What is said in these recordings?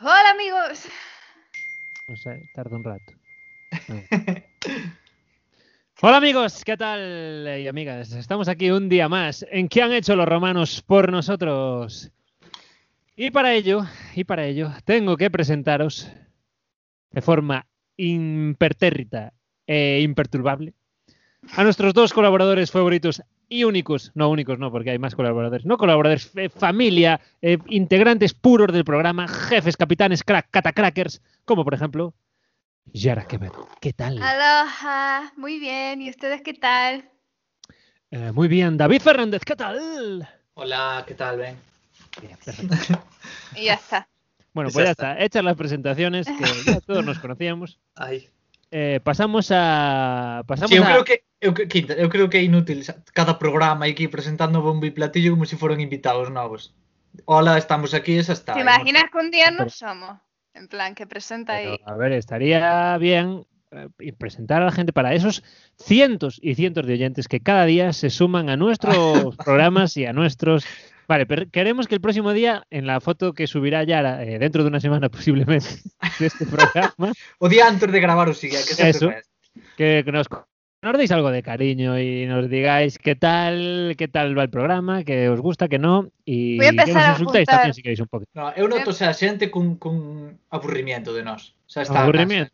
Hola amigos. No sé, tarda un rato. No. Hola amigos, ¿qué tal eh, y amigas? Estamos aquí un día más. ¿En qué han hecho los romanos por nosotros? Y para ello, y para ello, tengo que presentaros de forma impertérrita e imperturbable a nuestros dos colaboradores favoritos y únicos, no únicos, no, porque hay más colaboradores, no colaboradores, eh, familia, eh, integrantes puros del programa, jefes, capitanes, crack, catacrackers, como por ejemplo Yara Quevedo. ¿Qué tal? Aloha. Muy bien. ¿Y ustedes qué tal? Eh, muy bien, David Fernández, ¿qué tal? Hola, ¿qué tal, Ben? Bien, perfecto. Y ya está. Bueno, Pues pues ya ya está, hechas las presentaciones, que ya todos nos conocíamos. Ai. Eh, pasamos a. Pasamos Sí, eu a- creo que eu, que- quinta, eu creo que é inútil sa- cada programa aquí presentando bombo e platillo como se si foron invitados novos. Hola, estamos aquí, esa está. ¿Te aí, imaginas que un día no Pero- somos? En plan, que presenta Pero, y a ver, estaría bien eh, y presentar a la gente para esos cientos y cientos de oyentes que cada día se suman a nuestros programas y a nuestros. Vale, pero queremos que el próximo día, en la foto que subirá Yara, eh, dentro de una semana posiblemente, de este programa, no? O día antes de gravar o sigue, que sempre Eso. fes. que nos, nos deis algo de cariño y nos digáis qué tal, qué tal va el programa, que os gusta, que no, y Voy a que nos empezar a insultéis apuntar. también si queréis un poquito. No, eu noto xa xente cun, cun aburrimiento de nós. Xa está. Aburrimiento.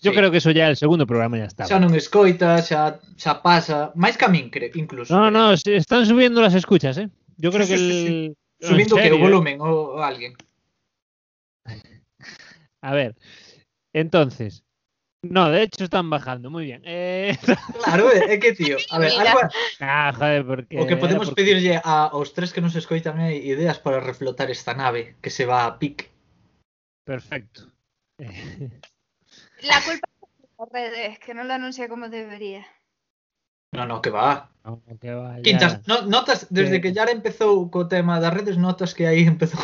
Yo creo que eso ya el segundo programa ya está. Xa non escoita, xa, xa pasa, máis que a min, cre, incluso. No, no, se están subiendo las escuchas, ¿eh? Yo Sí, creo que sí, sí, el... No, en Subindo que serio, ¿eh? o volumen ou alguén. A ver, entonces... No, de hecho están bajando, muy bien. Eh... Claro, é, é que tío, a ver, Mira. algo, ah, joder, porque... O que podemos porque- pedirlle a, aos tres que nos escoitan é ideas para reflotar esta nave que se va a pic. Perfecto. la culpa es de las redes, que no lo anuncia como debería. No, no, que va. No, que vaya. Quintas, no, notas, desde Sí. que Yara empezou co tema das redes, notas que aí empezou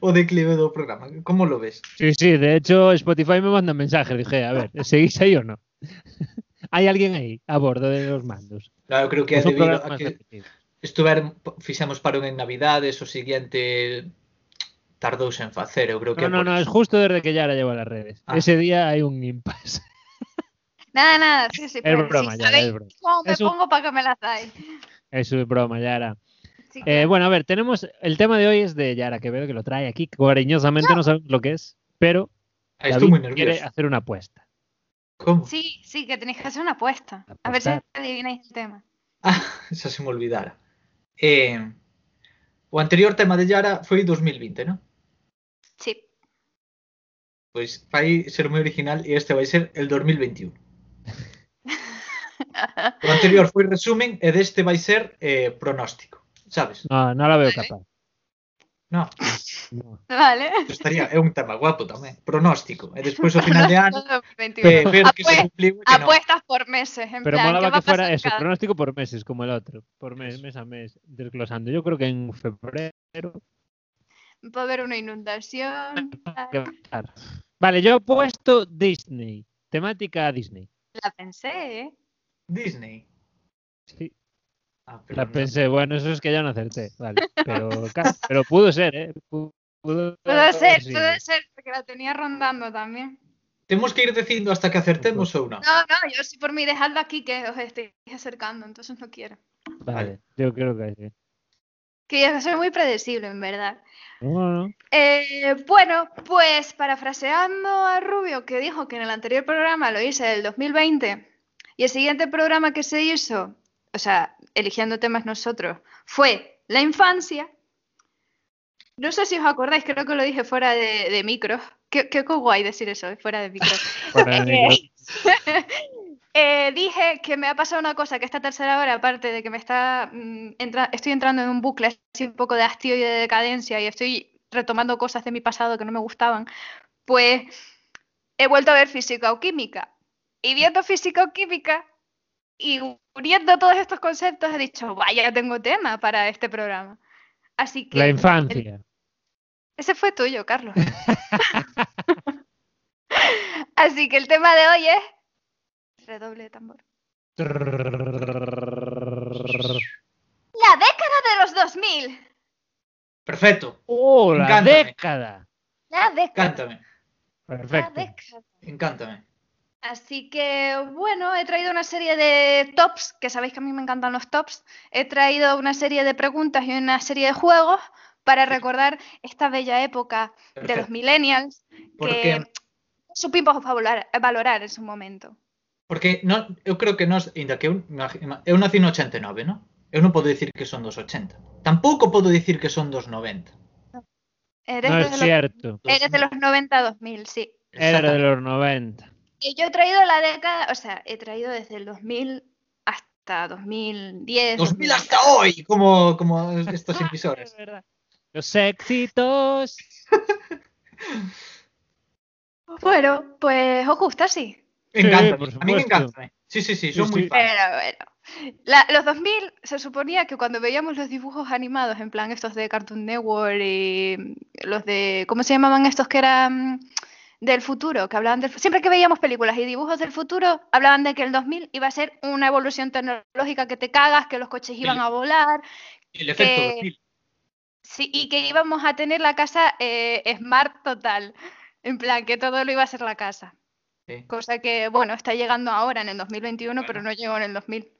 o declive do programa. Como lo ves? Sí, sí, de hecho Spotify me manda un mensaje. Dije, a ver, ¿seguís ahí o no? ¿Hay alguien ahí a bordo de los mandos? Claro, creo que é Pues un debido programa a más que repetido. estuveron, fixemos parón en Navidades, o siguiente tardouse en facer, eu creo que... No, no, por no, es iso. justo desde que Yara llevo a las redes. Ah. Ese día hay un impasse. Nada, nada, sí, sí. pero broma, si ya, sabéis es broma. cómo me Es un- pongo para que me las dais. Eso es broma, Yara. Sí, Eh, bueno, a ver, tenemos. El tema de hoy es de Yara Quevedo, que lo trae aquí. Cariñosamente no, sabemos lo que es, pero Aí Estou moi David quiere Ah, nervioso. hacer una apuesta. Como? sí, sí, que tenéis que hacer una apuesta. A ver si Apostar. adivináis el tema. Ah, xa se me olvidara. Eh, o anterior tema de Yara foi 2020, non? Sí. Pois vai pues, ser moi original e este vai ser el 2021. O anterior foi resumen e deste vai ser eh, pronóstico, sabes? No, no la veo Vale. capaz. No, No. Vale. estaría, é un tema guapo tamén, pronóstico. E despois o final de ano, eh, 2021. ver que se Apue- cumpliu e que non. Apuestas por meses, en plan, Pero ¿qué va molaba a que fuera pasar eso, cada- pronóstico por meses, como el otro, por mes, mes a mes, desglosando. Yo creo que en febrero Va a haber una inundación. tal. que va a estar. Vale, yo he puesto Disney, temática Disney. La pensé, ¿eh? Disney. Sí, Ah, pero la non. pensé, bueno, eso es que ya no acerté, vale. Pero, ca- pero pudo ser, ¿eh? Pudo, pudo Puede ser, sí. puede ser, porque la tenía rondando también. Temos que ir dicindo hasta que acertemos ou non. No, no, yo sí por mí dejadlo aquí que os estéis acercando, entonces no quiero. Vale, yo creo que sí. Que yo soy muy predecible, en verdad. No, no, Eh, bueno, pues parafraseando a Rubio, que dijo que en el anterior programa lo hice del 2020, y el siguiente programa que se hizo, o sea, eligiendo temas nosotros, fue la infancia. No sé si os acordáis, creo que lo dije fuera de, de micro. Qué, qué guay decir eso, fuera de micro. fuera de micro. Eh, dije que me ha pasado una cosa, que esta tercera hora, aparte de que me está, mm, entra- estoy entrando en un bucle así un poco de hastío y de decadencia y estoy retomando cosas de mi pasado que no me gustaban, pues he vuelto a ver física o química. Y viendo física o química y uniendo todos estos conceptos, he dicho, vaya, ya tengo tema para este programa. Así que La infancia. ese fue tuyo, Carlos. Así que el tema de hoy es redoble de tambor. La década de los 2000. Perfecto. ¡Oh, la Encántame. década! Nada, Cántame, Perfecto. encántame. Así que bueno, he traído una serie de tops, que sabéis que a mí me encantan los tops. He traído una serie de preguntas y una serie de juegos para recordar esta bella época de los Perfecto. millennials que Porque, no supimos valorar, valorar en su momento. porque no, eu creo que nos, ainda que eu, imagi- ima- eu nací no 89, non? Eu non podo dicir que son dos 80. Tampouco podo dicir que son dos 90. Eres, No es desde, los, cierto. eres de los 90 a 2000, sí. Era de los 90. Y yo he traído la década, o sea, he traído desde el 2000 hasta 2010. 2000 hasta hoy, como, como estos emisores. Ah, Los éxitos. Bueno, pues os gusta, sí. Sí, Me encanta, por a mí me supuesto. encanta. ¿eh? Sí, sí, sí, son Sí, muy sí. fan. Pero bueno. La- los 2000 se suponía que cuando veíamos los dibujos animados, en plan estos de Cartoon Network y mm, los de. ¿Cómo se llamaban estos que eran del futuro? Que hablaban del, fu- siempre que veíamos películas y dibujos del futuro, hablaban de que el 2000 iba a ser una evolución tecnológica que te cagas, que los coches iban a volar, El efecto que- 2000. sí, y que íbamos a tener la casa eh, smart total. En plan, que todo lo iba a ser la casa. Sí. Cosa que, bueno, está llegando ahora en el 2021, pero Bueno. no llegó en el 2000.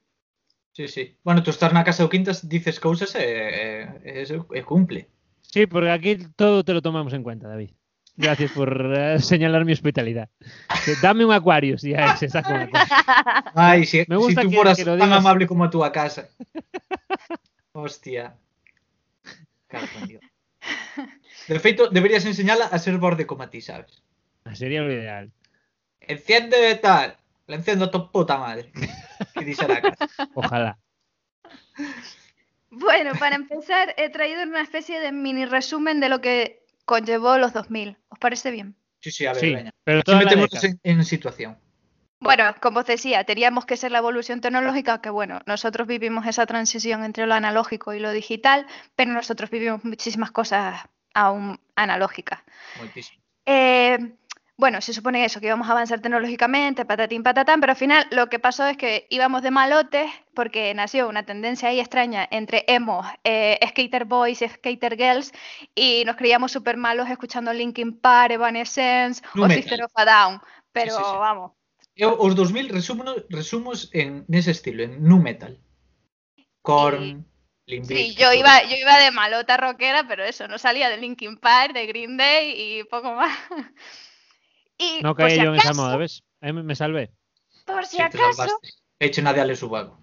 Sí, sí. Bueno, tú estás na casa do Quintas, dices eh, cousas e, e, e, e cumple. Sí, porque aquí todo te lo tomamos en cuenta, David. Gracias por eh, señalar mi hospitalidad. Que Dame un Aquarius, ya se saca un Aquarius. Ay, si, Me gusta si tú que- fueras que lo tan digas. amable como tú a casa. Hostia. Cago en Dios. De feito, deberías enseñala a ser borde como a ti, sabes? Ah, Sería lo ideal. Enciende tal. La enciendo a tu puta madre. Que dice la casa. Ojalá. Bueno, para empezar, he traído una especie de mini resumen de lo que conllevó los 2000. ¿Os parece bien? Sí, sí, a ver, Sí, veña. pero Así toda la metémonos década. en, en situación. Bueno, como os decía, teníamos que ser la evolución tecnológica, que bueno, nosotros vivimos esa transición entre lo analógico y lo digital, pero nosotros vivimos muchísimas cosas aún analógicas. Moitísimo. Eh, bueno, se supone eso, que íbamos a avanzar tecnológicamente, patatín, patatán, pero al final lo que pasó es que íbamos de malotes porque nació una tendencia ahí extraña entre emos, eh, skater boys y skater girls y nos creíamos súper malos escuchando Linkin Park, Evanescence Nu o metal. Sister of a Down, pero sí, sí. vamos. Eu os 2000 resumo, resumos en nese estilo, en nu metal. Corn, Limp Sí, Bizkit, yo todo. iba, yo iba de malota rockera, pero eso, no salía de Linkin Park, de Green Day y poco más. Y No por caí si yo en esa acaso- moda, ¿ves? Ahí me me salvé. por si Sí, te acaso, salvaste. Eche nadie a Lesubago.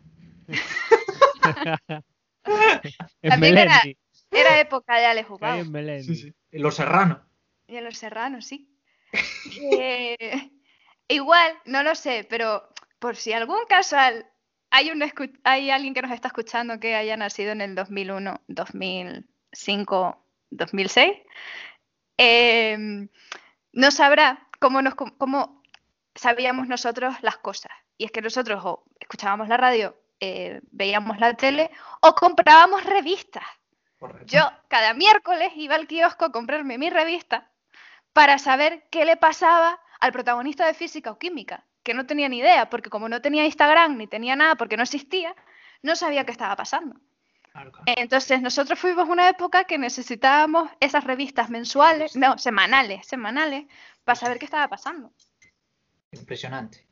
en También era- Melendi. era época de Alex Caí Ubago. en Melendi. Los Serrano. Y a los serranos, sí. Eh, igual, no lo sé, pero por si algún casual hay, un escu- hay alguien que nos está escuchando que haya nacido en el 2001, 2005, 2006, eh, no sabrá cómo, nos, com- cómo sabíamos nosotros las cosas. Y es que nosotros o escuchábamos la radio, eh, veíamos la tele o comprábamos revistas. Correcto. Yo cada miércoles iba al kiosco a comprarme mi revista para saber qué le pasaba al protagonista de física o química, que no tenía ni idea, porque como no tenía Instagram ni tenía nada, porque no existía, no sabía qué estaba pasando. Claro, claro. Entonces nosotros fuimos una época que necesitábamos esas revistas mensuales, no, semanales, semanales, para saber qué estaba pasando. Eh, Impresionante.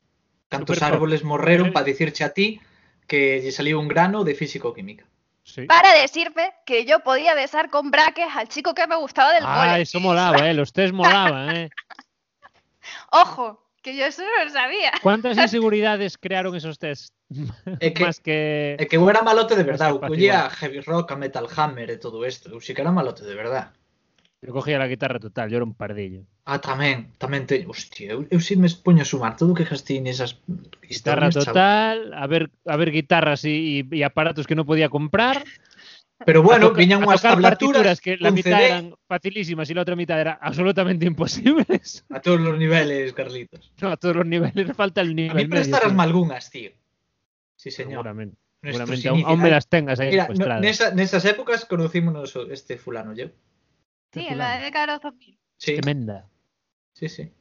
Cantos Superpop. árboles morreron para decirche a ti que lle salió un grano de físico-química. Sí. Para decirme que yo podía besar con braques al chico que me gustaba del Ah, cole. eso molaba, ¿eh? Los tres molaban, ¿eh? Ojo, que yo eso no lo sabía. ¿Cuántas inseguridades crearon esos test? É que, Más que... é que eu era malote de verdad. Eu Más que collía a heavy rock, a metal hammer e todo esto. Eu sí que era malote de verdad. Yo cogía la guitarra total, yo era un pardillo. Ah, tamén, tamén teño. Hostia, eu, eu si me poño a sumar todo o que gastín esas Guitarra historias, chaval. total, a ver, a ver guitarras y, y- y aparatos que no podía comprar. Pero a bueno, toca- viñan a unhas tocar tablaturas partituras que la con mitad CD eran facilísimas y la otra mitad era absolutamente imposibles. a todos os niveles, Carlitos. No, a todos los niveles falta el nivel. A mí medio, prestarás tío. malgunhas, tío. Sí, señor. Seguramente, Nuestros seguramente aún, aún iniciales. me las tengas ahí Mira, no- secuestradas. nesa, nesas épocas conocímonos o- este fulano, yo. Sí, en la década de los 2000. Sí, Tremenda. sí, sí.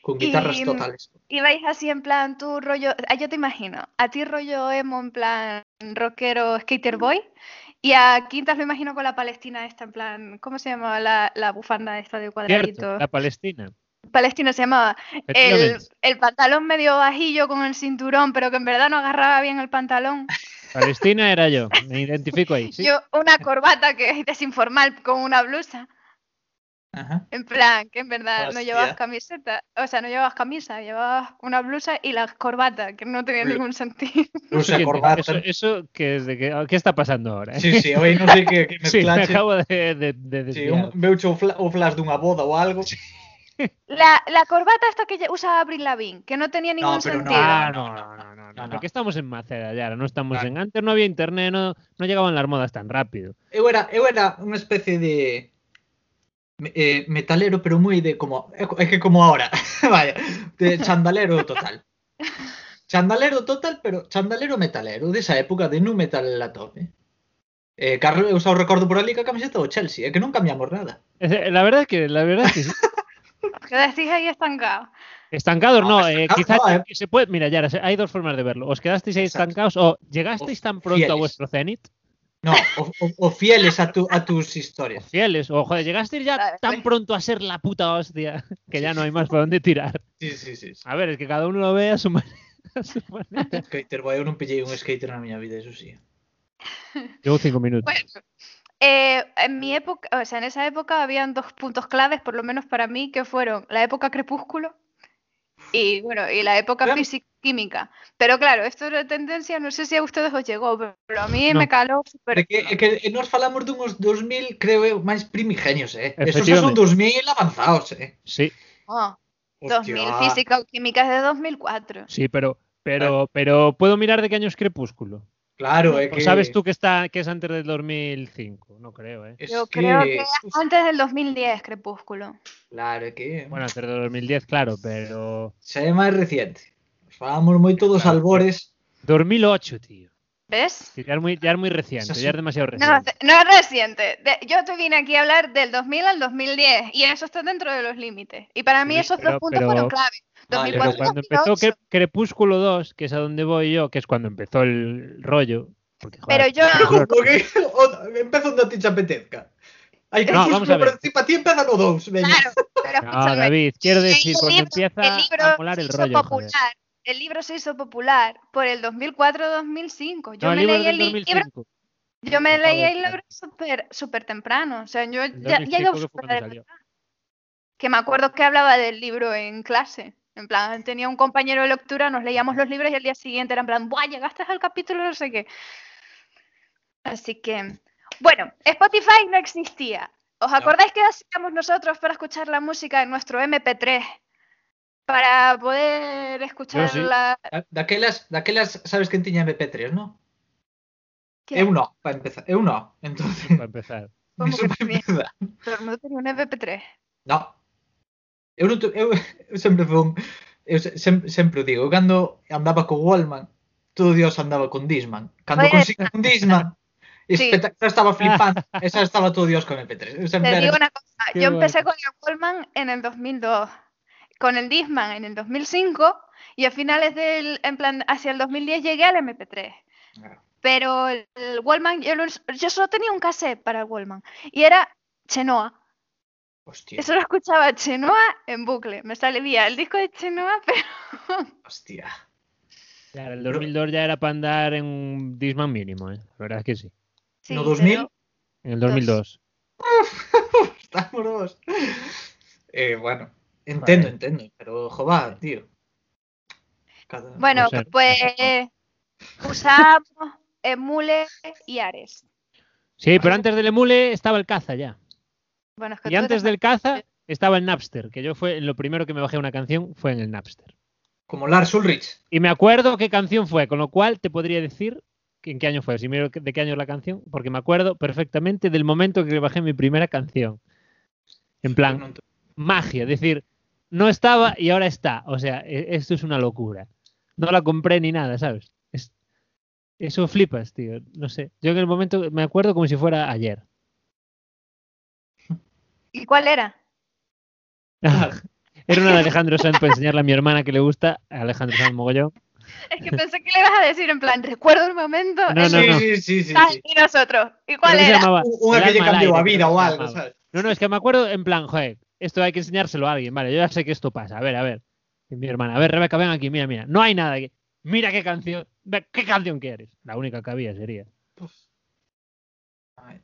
Con guitarras Y- totales. Y vais así en plan, tú rollo, ah, yo te imagino, a ti rollo emo en plan rockero skater boy Y a Quintas lo imagino con la Palestina esta, en plan, ¿cómo se llamaba la, la bufanda esta de cuadradito? Cierto, la Palestina. Palestina se llamaba. El, Efectivamente. el pantalón medio bajillo con el cinturón, pero que en verdad no agarraba bien el pantalón. Palestina era yo, me identifico ahí. Ah, sí. Yo una corbata que es desinformal con una blusa. Ajá. En plan, que en verdad no Hostia. llevabas camiseta. O sea, no llevabas camisa, llevabas una blusa y la corbata, que no tenía Lo- ningún sentido. Un Usa siguiente, corbata. Eso, eso que es de que- ¿qué está pasando ahora? eh? Sí, sí, hoy no sé que, que Sí, me mezclache. acabo de, de- de Sí, desviar. un, veucho o, fla, o flash dunha boda ou algo. La, la corbata esta que lle- usa Abril Lavigne, que no tenía ningún No, pero no. sentido. Ah, no, no, no, no, no, no, no, no. Porque estamos en Maceda ya, ahora no estamos Claro. en... Antes no había internet, no, no llegaban las modas tan rápido. Eu era, eu era unha especie de me- eh, metalero, pero moi de como é co- é que como ahora. Vaya, de chandalero total. Chandalero total, pero chandalero metalero desa época de nu metal a tope. Eh, Carlos, eu só recordo por ali que a camiseta do Chelsea, é que non cambiamos nada. Eh, La verdad es que, la verdad es que sí. Que decís ahí estancado. Estancados no, No, eh, estancados quizás no, eh. se puede... Mira, Yara, hay dos formas de verlo. ¿Os quedasteis ahí Exacto. estancados o llegasteis tan pronto a fieles. vuestro cenit? No, o, o, o fieles a, tu, a tus historias. Fieles, o joder, llegasteis ya Vale. tan pronto a ser la puta hostia que ya no hay más para dónde tirar. Sí, sí, sí. sí. A ver, es que cada uno lo ve a su manera. a su manera. Skater, boy, eu non pillei un skater na miña vida, eso sí. Llevo cinco minutos. Bueno, eh, en mi época, o sea, en esa época habían dos puntos claves, por lo menos para mí, que fueron la época crepúsculo y bueno, y la época Claro. físico-química. Pero claro, esto era tendencia, no sé si a ustedes os llegó, pero a mí No. me caló súper. Pero que, é que nos falamos dunhos 2000, creo eu, máis primigenios, eh? Esos xa son Efectivamente. 2000 avanzados, eh? Sí, Oh, Hostia. 2000 física o química es de 2004. sí, pero, pero, pero puedo mirar de qué año es Crepúsculo. Claro, é ¿O que... sabes tú que está que es antes del 2005? No creo, ¿eh? Es Yo que... creo que Uf, antes del 2010, crepúsculo. Claro, é que... Bueno, antes del 2010, claro, pero Xa é máis reciente. Nos falamos moito dos Claro. albores. 2008, tío. ¿Ves? Que Ya es muy, ya es muy reciente, ya es demasiado No, reciente. no es reciente. De- yo te vine aquí a hablar del 2000 al 2010 y eso está dentro de los límites. Y para mí Sí, esos pero- dos puntos pero- fueron claves. Vale, Pero 2004 y cuando empezó 2008. Cre- Crepúsculo 2, que es a donde voy yo, que es cuando empezó el rollo. porque, joder, Pero yo- Crepúsculo- Como que o- empeza onde a ti xa apetezca. Hai que No, no, vamos a ver. pero ti, pa ti empeza no dous, veña. Claro, pero No, escúchame, David, quiero decir, el cuando libro- empieza el libro a molar el se hizo rollo. joder. popular, el libro se hizo popular por el 2004-2005. Yo No, el me libro leí es del el li- libro, 2005. yo me Por favor, leí el libro claro. súper súper temprano. O sea, yo El ya, ya iba 2005 que fue súper cuando adelantada. salió. que me acuerdo que hablaba del libro en clase. En plan, tenía un compañero de lectura, nos leíamos los libros y al día siguiente era en plan, ¡buah! Llegaste al capítulo no sé qué. Así que, bueno, Spotify no existía. ¿Os acordáis que hacíamos nosotros para escuchar la música en nuestro MP3? Para poder escuchar sí. la... Da- Daquelas, daquelas sabes que tiña MP3, non? ¿qué? Eu non, para empezar. Eu non, entón. Para empezar. ¿Cómo Eso que para tenía? empezar. Todo el mundo tenía un MP3. No. Eu, non tu, eu, eu sempre fun, eu se- sempre, sempre o digo, eu cando andaba co Wallman, todo Dios andaba con Disman. Cando Oye. conseguí un Disman, Sí. espectac- eu estaba flipando, esa estaba todo Dios con MP3. Eu sempre Te digo una era, cosa, Qué yo empecé bueno. con el Wallman en el 2002, con el Disman en el 2005 y a finales del, en plan, hacia el 2010 llegué al MP3. Pero el, el Wallman, yo, lo us- yo solo tenía un cassette para el Wallman y era Chenoa. hostia, Eso lo escuchaba Chenoa en bucle. Me salía el disco de Chenoa, pero hostia. Claro, el 2002 ya era para andar en un Disman mínimo, ¿eh? La verdad es que sí. sí, ¿No 2000? pero- En el Dos. 2002. Estamos dos. Eh, bueno, entendo, Vale. entendo, pero jová, tío. Cada... Bueno, Puede ser. pues usamos Emule y Ares. Sí, pero antes del Emule estaba el Caza ya. Bueno, es que Y tú eres antes más- del Caza estaba el Napster, que yo fue lo primero que me bajé una canción fue en el Napster. Como Lars Ulrich. Y me acuerdo qué canción fue, con lo cual te podría decir que- en qué año fue, si miro que- de qué año es la canción, porque me acuerdo perfectamente del momento que bajé mi primera canción. En plan, Non te- magia, es decir, no estaba y ahora está. O sea, e- esto es una locura. No la compré ni nada, ¿sabes? Es- eso flipas, tío. No sé. Yo en el momento me acuerdo como si fuera ayer. ¿Y cuál era? Ah, Era una de Alejandro Sanz para enseñarle a mi hermana que le gusta, a Alejandro Sanz Mogollón. Es que pensé que le ibas a decir en plan, recuerdo el momento. No, en no, el- no. sí, sí, sí, Ah, sí. Y nosotros. ¿Y cuál Creo que se era? llamaba Una El que le alma al cambió aire, a vida creo o que se algo, llamaba. ¿sabes? No, no, es que me acuerdo en plan, joder, esto hay que enseñárselo a alguien. Vale, yo ya sé que esto pasa. A ver, a ver. Y mi hermana, a ver, Rebeca, ven aquí, mira, mira. No hay nada aquí. Mira qué canción. ve, ¿Qué canción quieres? La única que había sería. Ay,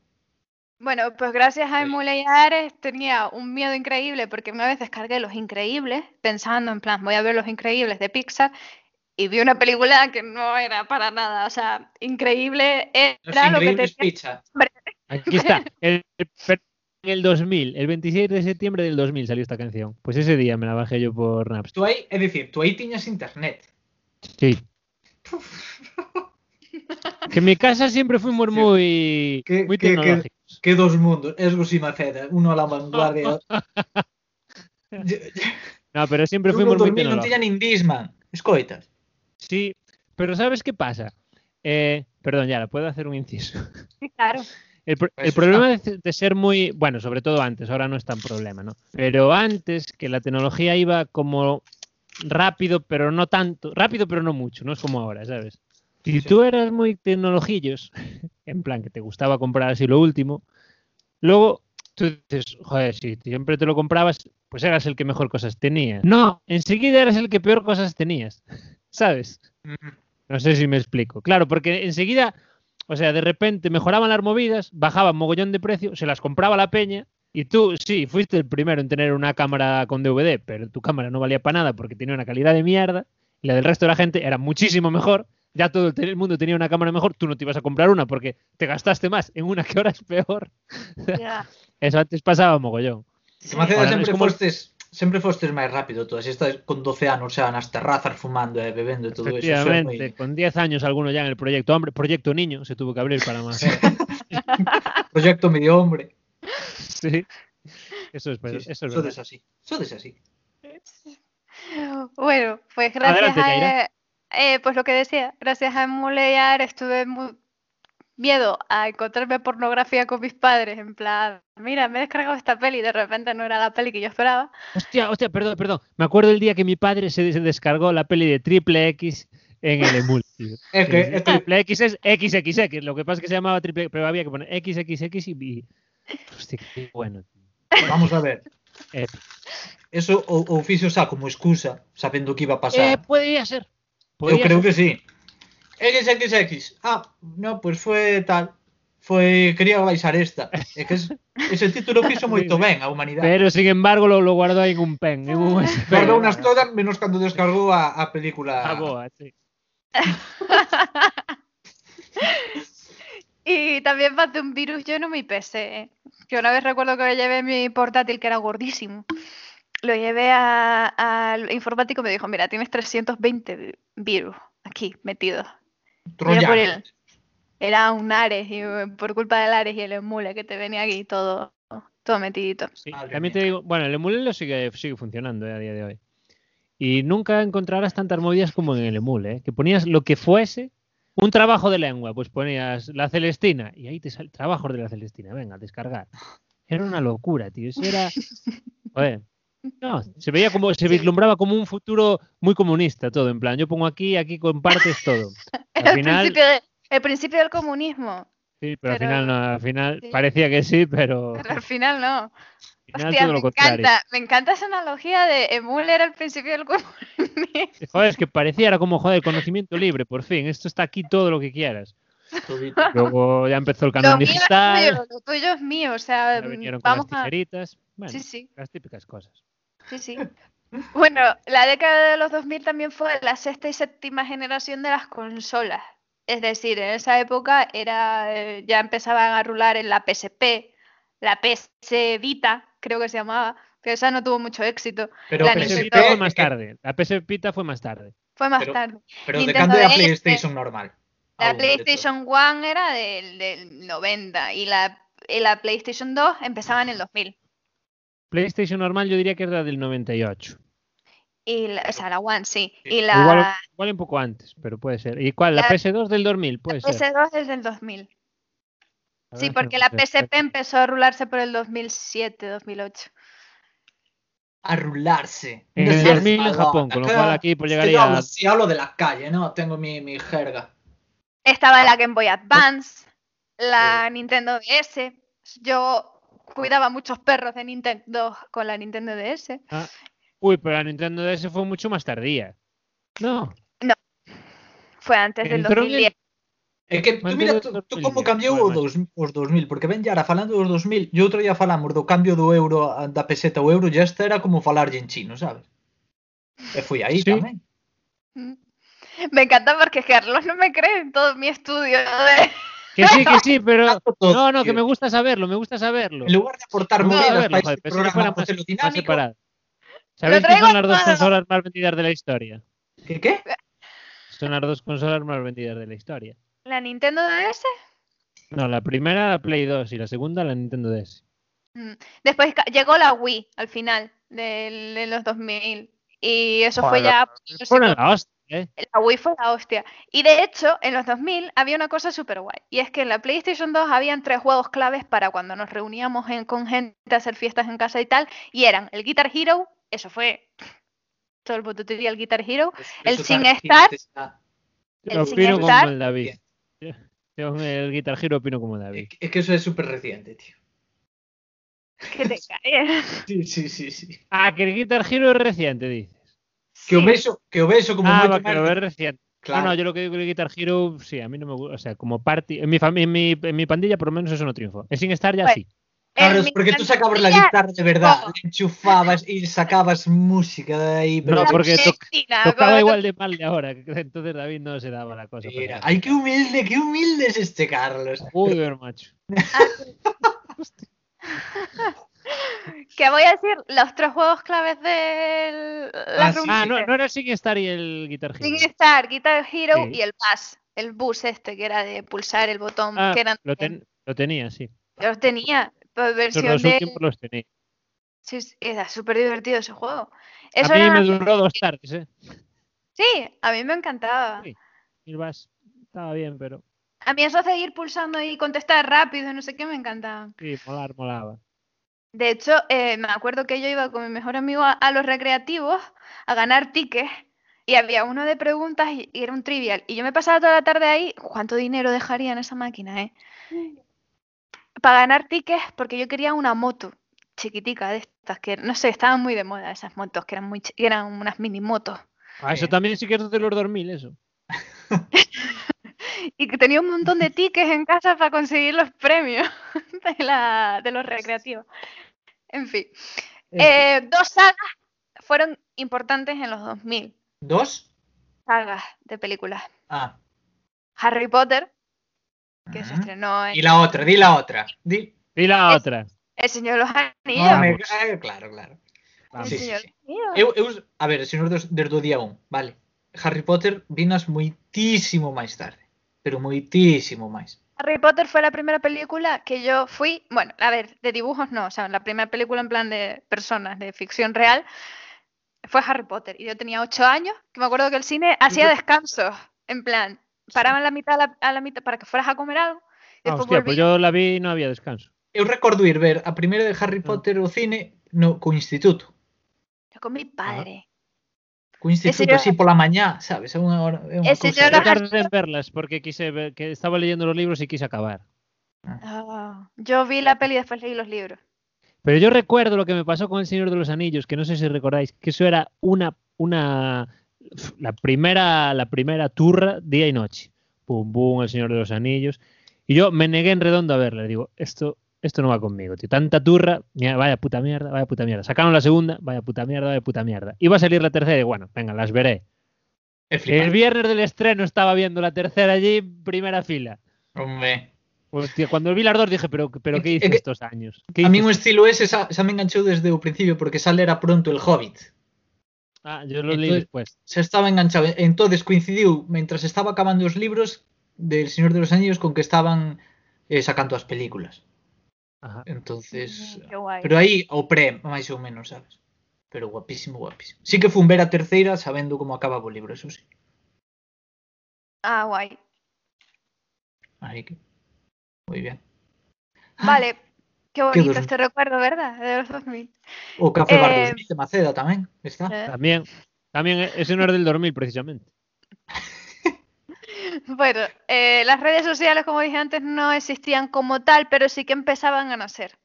Bueno, pues gracias a Sí. Emule y a Ares tenía un miedo increíble porque una vez descargué Los Increíbles pensando en plan, voy a ver Los Increíbles de Pixar y vi una película que no era para nada, o sea, increíble Los era lo que increíbles tenía. pizza. Aquí está. El, en el 2000, el 26 de septiembre del 2000 salió esta canción. Pues ese día me la bajé yo por Napster. Tú ahí, es decir, tú ahí tiñas internet. Sí. Que en mi casa siempre fuimos Sí. muy, Que- muy que- que- tecnológicos. Que dos mundos, es y Maceda, uno a la vanguardia. Yo- No, pero siempre yo no fuimos muy dormí, non tecnológicos. tiña nin Disman. Escoitas. Sí, pero ¿sabes qué pasa? Eh, perdón, ya, la puedo hacer un inciso. Sí, claro. El, pro- Pues el problema de, de ser muy, bueno, sobre todo antes, ahora no es tan problema, ¿no? Pero antes que la tecnología iba como rápido, pero no tanto, rápido pero no mucho, no es como ahora, ¿sabes? Si Sí. tú eras muy tecnologillos, en plan que te gustaba comprar así lo último, luego tú dices, joder, si siempre te lo comprabas, pues eras el que mejor cosas tenías. No, enseguida eras el que peor cosas tenías, ¿sabes? Mm-hmm. No sé si me explico. Claro, porque enseguida, o sea, de repente mejoraban las movidas, bajaban mogollón de precio, se las compraba la peña. Y tú, sí, fuiste el primero en tener una cámara con DVD, pero tu cámara no valía para nada porque tenía una calidad de mierda. Y la del resto de la gente era muchísimo mejor. Ya todo el te- el mundo tenía una cámara mejor, tú no te ibas a comprar una porque te gastaste más en una que ahora es peor. Ya. Eso antes pasaba mogollón. Que Maceda Ahora, sempre es como- fostes sempre fostes máis rápido todas. Estás con 12 anos xa nas terrazas fumando e bebendo e todo eso. Eso é moi- Efectivamente, con 10 años alguno ya en el proyecto hombre, proyecto niño, se tuvo que abrir para más. Sí. Proyecto medio hombre. Sí. Eso es, Sí, eso es verdad. sodes así. Sodes así. Bueno, pues gracias Adelante, a Yaira. eh, pues lo que decía, gracias a Emule y a Ares tuve mu- miedo a encontrarme pornografía con mis padres, en plan, mira, me he descargado esta peli y de repente no era la peli que yo esperaba. Hostia, hostia, perdón, perdón. Me acuerdo el día que mi padre se se descargó la peli de Triple X en el emul. tío. É que, é que Triple X es XXX, lo que pasa es que se llamaba Triple X, pero había que poner XXX y... y- Hostia, qué bueno. tío. vamos a ver. Eh, Eso ou, ou fixo xa como excusa, sabendo que iba a eh, pasar. podría ser. Eu podría creo ser. que sí. XXX. Ah, no, pues fue tal. Foi quería baixar esta. É que es, ese título fixo moito ben a humanidade. Pero sin embargo lo, lo guardó ahí en un pen, en un USB. Guardou unas todas menos cando descargou a, a película. Ah, boa, sí. Y también maté un virus yo no mi PC, ¿eh? que una vez recuerdo que llevé mi portátil que era gordísimo. Lo llevé a- al informático y me dijo, mira, tienes 320 vi- virus aquí metidos. Y Era, por Troyano. el- era un Ares, y eh, por culpa del Ares y el emule que te venía aquí todo, todo metidito. Sí, Madre también mía. te digo, bueno, el emule lo sigue, sigue funcionando eh, a día de hoy. Y nunca encontrarás tantas movidas como en el emule, ¿eh? que ponías lo que fuese, un trabajo de lengua, pues ponías la Celestina y ahí te sale trabajos de la Celestina, venga, descargar. Era una locura, tío. Eso era. Joder. No, se veía como, se vislumbraba como un futuro muy comunista todo, en plan, yo pongo aquí, aquí compartes todo. Era Al el, final, principio de- el principio del comunismo, sí, pero al pero- final no, al final sí. parecía que sí, pero pero al al final no. final Hostia, todo me lo contrario. encanta, me encanta esa analogía de emule era el principio del comunismo. Joder, es que parecía era como, joder, conocimiento libre, por fin. Esto está aquí todo lo que quieras. Todito. Luego ya empezó el Lo canon mío, es digital, tuyo, lo tuyo es mío, o sea, ya vinieron con este las vamos a... tijeritas. Bueno, Sí, sí, las típicas cosas. sí, sí. Bueno, la década de los 2000 también fue la sexta y séptima generación de las consolas. Es decir, en esa época era, eh, ya empezaban a rular en la PSP, la PS Vita, creo que se llamaba, que esa no tuvo mucho éxito, Pero La La PS Nintendo- Vita fue más que- tarde. La PS Vita fue más tarde. fue más Pero- tarde. Pero de Nintendo cando é a DS. PlayStation normal. este. La Aún, de todo. PlayStation 1 era del, del 90 y la, y la PlayStation 2 empezaba en el 2000. PlayStation normal yo diría que era del 98. Y la, o sea, la One, sí. Sí, Y la... Igual, igual un poco antes, pero puede ser. ¿Y cuál? ¿La, La- PS2 del 2000? Puede ser. PS2 es del 2000. La Sí, em- verdad es que porque no la sé. PSP empezó a rularse por el 2007, 2008. Arrularse. En No el seas 2000 en malvado. Japón, con lo Acá- cual aquí pues es que yo llegaría hablo- si hablo de la calle, ¿no? Tengo mi, mi jerga. Estaba la Game Boy Advance, la Nintendo DS. Yo cuidaba muchos perros de Nintendo con la Nintendo DS. Uy, pero la Nintendo DS fue mucho más tardía. No. Fue antes del Entró en el- 2010. É que tú Mantén mira o tú, tú 2010, como cambiou bueno, o dos, os 2000, porque ben Yara falando dos 2000 e outro día falamos do cambio do euro a- da peseta ao euro, e esta era como falarlle en chino, sabes? E foi aí Sí. tamén. Mm. Me encanta porque Carlos no me cree en todo mi estudio. de- Que sí, que sí, pero. Tanto todo, No, no, que me tío. gusta saberlo, me gusta saberlo. En lugar de aportar Me gusta moedas saberlo, para joder, este pensé que fuera programa más, más dinámico, separado. ¿Sabéis que traigo son las dos todo. consolas más vendidas de la historia? que que? Son las dos consolas más vendidas de la historia. ¿La Nintendo DS? No, la primera la Play 2 y la segunda la Nintendo DS. Después ca- llegó la Wii al final del- de los 2000. Y eso Joder, fue ya. no sé Fueron la hostia, ¿eh? La Wii fue la hostia. Y de hecho, en los 2000 había una cosa súper guay. Y es que en la PlayStation 2 habían tres juegos claves para cuando nos reuníamos en- con gente a hacer fiestas en casa y tal. Y eran el Guitar Hero, eso fue. Todo el mundo tenía el Guitar Hero. El Eso sin tamén estar. está- El Yo opino como Singular. el David. Yo en el Guitar Hero opino como David. É que- é que eso é super reciente, tío. Que te caes. Sí, sí, sí, sí. Ah, que el Guitar Hero es reciente, dices. Que o Sí. vexo, que o vexo como ah, moito va, que lo máis- es reciente. Claro. No, no, yo lo que digo que el Guitar Hero, sí, a mí no me gusta. O sea, como party. En mi, fami- en mi, en mi pandilla, por lo menos, eso no triunfó. El Sin Estar ya Bueno. sí. Claro, En mi porque tú sacabas la infancia, guitarra de verdad, todo. la enchufabas y sacabas música de ahí. No, la porque toc- piscina, Tocaba como- igual de mal de ahora. que Entonces David no se daba la cosa. Mira, pero- ay, qué humilde, qué humilde es este Carlos. Joder, macho. Que voy a decir los tres juegos claves de la Ah, sí. Ah, no, no era el Sin Estar y el Guitar Hero. Sin estar, Guitar Hero Sí. y el bus. El bus este que era de pulsar el botón. Ah, que eran, lo, ten- lo tenía, sí. los tenía. pues, Esos Versión dos de. últimos los tenía. Sí, sí, era súper divertido ese juego. A Eso mí era- me duró dos tardes, ¿eh? Sí, a mí me encantaba. Sí. El Bass estaba bien, pero A mí eso de ir pulsando y contestar rápido, no sé qué, me encantaba. sí, molar, molaba. De hecho, eh, me acuerdo que yo iba con mi mejor amigo a, a los recreativos a ganar tickets y había uno de preguntas y, y era un trivial. Y yo me pasaba toda la tarde ahí, ¿cuánto dinero dejaría en esa máquina, eh? Para ganar tickets, porque yo quería una moto chiquitica de estas que, no sé, estaban muy de moda esas motos, que eran, muy, chi- eran unas mini motos. Ah, eso Sí. también sí que es de los 2000, eso. Y que tenía un montón de tickets en casa para conseguir los premios de, la- de los recreativos. En fin. Eh, dos sagas fueron importantes en los 2000. ¿Dos? Sagas de películas. Ah. Harry Potter, que se Ujú. estrenó en Y la otra, di la otra. Di... Y la otra. El Señor de los Anillos. Ah, Home, vamos. eh, claro, claro. Vamos. El sí, Señor sí, de los Anillos. Eu, eu, a ver, señor dos, desde o día un, vale. Harry Potter vinas moitísimo máis tarde. Pero moitísimo máis. Harry Potter fue la primera película que yo fui, bueno, a ver, de dibujos no, o sea, la primera película en plan de personas, de ficción real, fue Harry Potter. Y yo tenía ocho años, que me acuerdo que el cine hacía descansos, en plan, paraban la mitad, a la, a la mitad para que fueras a comer algo. Y Ah, después hostia, pues volvían. yo la vi y no había descanso. Eu recordo ir ver a primeira de Harry Potter o cine no co instituto. con mi padre. Co instituto señor- así pola mañá, sabes? É unha hora, é El unha señor Yo Pero cousa. Harry- tardé en verlas porque quise ver, que estaba leyendo los libros y quise acabar. Ah, yo vi la peli y después leí los libros. Pero yo recuerdo lo que me pasó con El Señor de los Anillos, que no sé si recordáis, que eso era una, una la primera, la primera turra día y noche. Pum, pum, El Señor de los Anillos. Y yo me negué en redondo a verla. Digo, esto, esto no va conmigo, tío. Tanta turra, mira, vaya puta mierda, vaya puta mierda. Sacaron la segunda, vaya puta mierda, vaya puta mierda. Iba a salir la tercera y bueno, venga, las veré. É El flipante. viernes del estreno estaba viendo la tercera allí, primera fila. Hombre. Hostia, cuando vi las dos dije, pero, pero ¿qué Es que- hice estos años? ¿Qué A mí hice un estilo ese xa, xa me enganchou desde o principio porque xa era pronto el Hobbit. Ah, yo lo leí Entonces- después. se estaba enganchado. Entonces coincidiu, mentras estaba acabando os libros del Señor de los Anillos con que estaban eh, sacando as películas. Ajá. Entonces, Qué guay. pero aí o pre, máis ou menos, sabes? Pero guapísimo, guapísimo. Sí que fun ver a terceira sabendo como acaba o libro, eso sí. Ah, guay. Aí que Moi Ah, ben. Ah, Vale, Qué bonito duro. este recuerdo, ¿verdad? De los 2000. O Café Eh, Barrio Smith de Maceda también. Ah, Está. Eh, También, también ese no es del 2000 precisamente. Bueno, eh, las redes sociales, como dije antes, no existían como tal, pero sí que empezaban a nacer.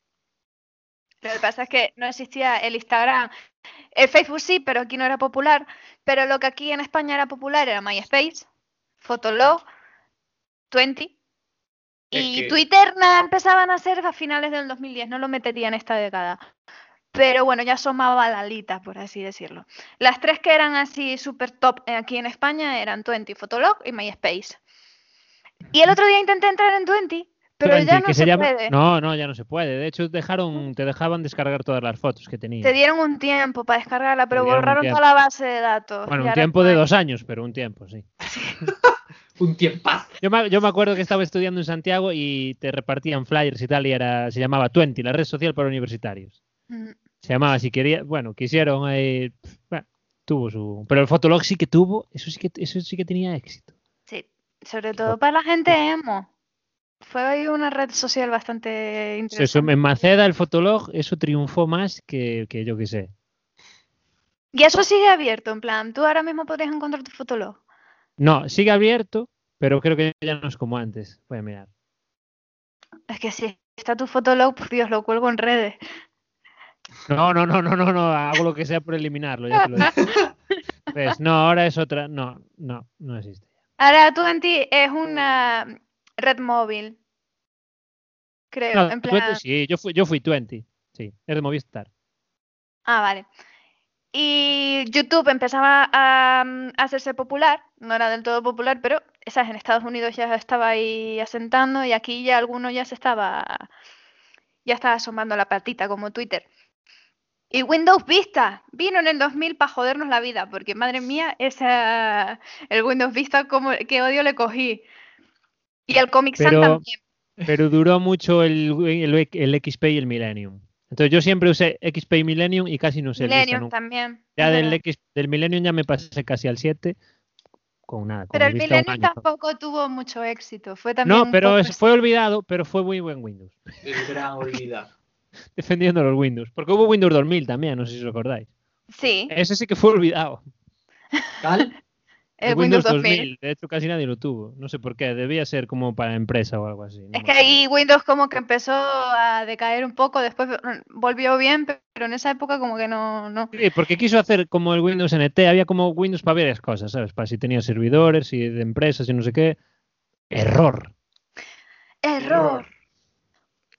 Lo que pasa es que no existía el Instagram. El Facebook sí, pero aquí no era popular. Pero lo que aquí en España era popular era MySpace, Fotolog, Twenty. Es Y que- Twitter nada, empezaban a nacer a finales del 2010, no lo metería en esta década. Pero bueno, ya asomaba la alita, por así decirlo. Las tres que eran así súper top eh, aquí en España eran Twenty, Fotolog y MySpace. Y el otro día intenté entrar en Twenty, pero ya Tranqui, no que se, llama- puede. No, no, ya no se puede. De hecho, dejaron, te dejaban descargar todas las fotos que tenías. Te dieron un tiempo para descargarla, pero Te dieron un borraron tiempo. toda la base de datos. Bueno, y un ahora tiempo de no hay. dos años, pero un tiempo, sí. Un tiempazo. Yo me, yo me acuerdo que estaba estudiando en Santiago y te repartían flyers y tal, y era, se llamaba Twenty, la red social para universitarios. Mm, Se llamaba, si quería, bueno, quisieron, eh, pf, bueno, tuvo su... Pero el Fotolog sí que tuvo, eso sí que, eso sí que tenía éxito. Sí, sobre todo para la gente emo. Fue ahí una red social bastante Se sum- interesante. en Maceda el Fotolog, eso triunfó más que, que yo que sé. Y eso sigue abierto, en plan, tú ahora mismo podrías encontrar tu fotolog. No, sigue abierto, pero creo que ya no es como antes. Voy a mirar. Es que si está tu fotolog, por Dios, lo cuelgo en redes. No, no, no, no, no, no, hago lo que sea por eliminarlo, ya te lo digo. ¿Ves? No, ahora es otra, no, no, no existe. Ahora Twenty es una red móvil. Creo, No, Eh, en 20, plan. sí, yo fui, yo fui 20, sí, es de Movistar. Ah, vale. Y YouTube empezaba a mm, hacerse popular, no era del todo popular, pero esas en Estados Unidos ya estaba ahí asentando y aquí ya alguno ya se estaba, ya estaba asomando la patita como Twitter. Y Windows Vista vino en el 2000 para jodernos la vida, porque madre mía, esa, el Windows Vista, como, qué odio le cogí. Y el Comic Sans Pero- también. Pero duró mucho el, el, el XP y el Millennium. Entonces yo siempre usé XP y Millennium y casi no usé el Vista Millennium nunca. también. Ya es del, verdad. X, del Millennium ya me pasé casi al 7 con nada. Con Pero el Vista un Millennium año. tampoco tuvo mucho éxito. Fue también No, un pero poco es- fue olvidado, pero fue muy buen Windows. El gran olvidado. Defendiendo los Windows. Porque hubo Windows 2000 también, no sé si os acordáis. Sí, Ese sí que fue olvidado. Tal, el Eh, Windows 2000. De hecho, casi nadie lo tuvo. No sé por qué. Debía ser como para empresa o algo así. no Es me que acuerdo. ahí Windows como que empezó a decaer un poco, después mm, volvió bien, pe- pero en esa época como que no, no. Sí, porque quiso hacer como el Windows NT. Había como Windows para varias cosas, ¿sabes? Para si tenía servidores, si de empresas, si no sé qué. Error. Error.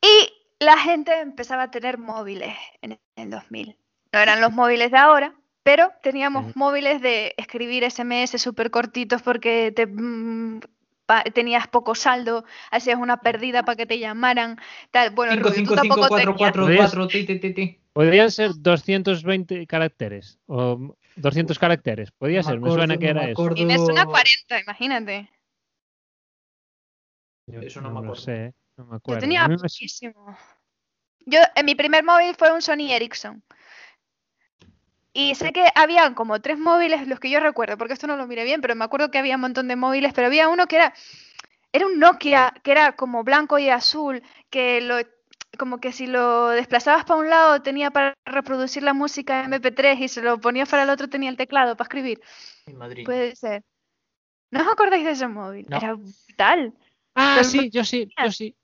Y la gente empezaba a tener móviles en el 2000. No eran los móviles de ahora, pero Sí. teníamos móviles de escribir SMS súper cortitos porque te, mm, pa- tenías poco saldo, hacías una pérdida para que te llamaran. Tal. Bueno, Rubio, tú tampoco tenías. 55544, ti, ti, ti, ti. Podrían ser 220 caracteres. O 200 caracteres. Podía No me ser. Me acuerdo, suena que no era me eso. acuerdo. Y me suena 40, imagínate. Yo Eso no me lo acuerdo. sé, no me Yo acuerdo. tenía A mí me su- muchísimo. Yo, en mi primer móvil fue un Sony Ericsson. Y sé que habían como tres móviles, los que yo recuerdo, porque esto no lo miré bien, pero me acuerdo que había un montón de móviles, pero había uno que era, era un Nokia, que era como blanco y azul, que lo, como que si lo desplazabas para un lado tenía para reproducir la música MP3 y se lo ponías para el otro tenía el teclado para escribir. En Madrid. Puede ser. ¿No os acordáis de ese móvil? No. Era brutal. Ah, pero sí, yo sí, yo sí.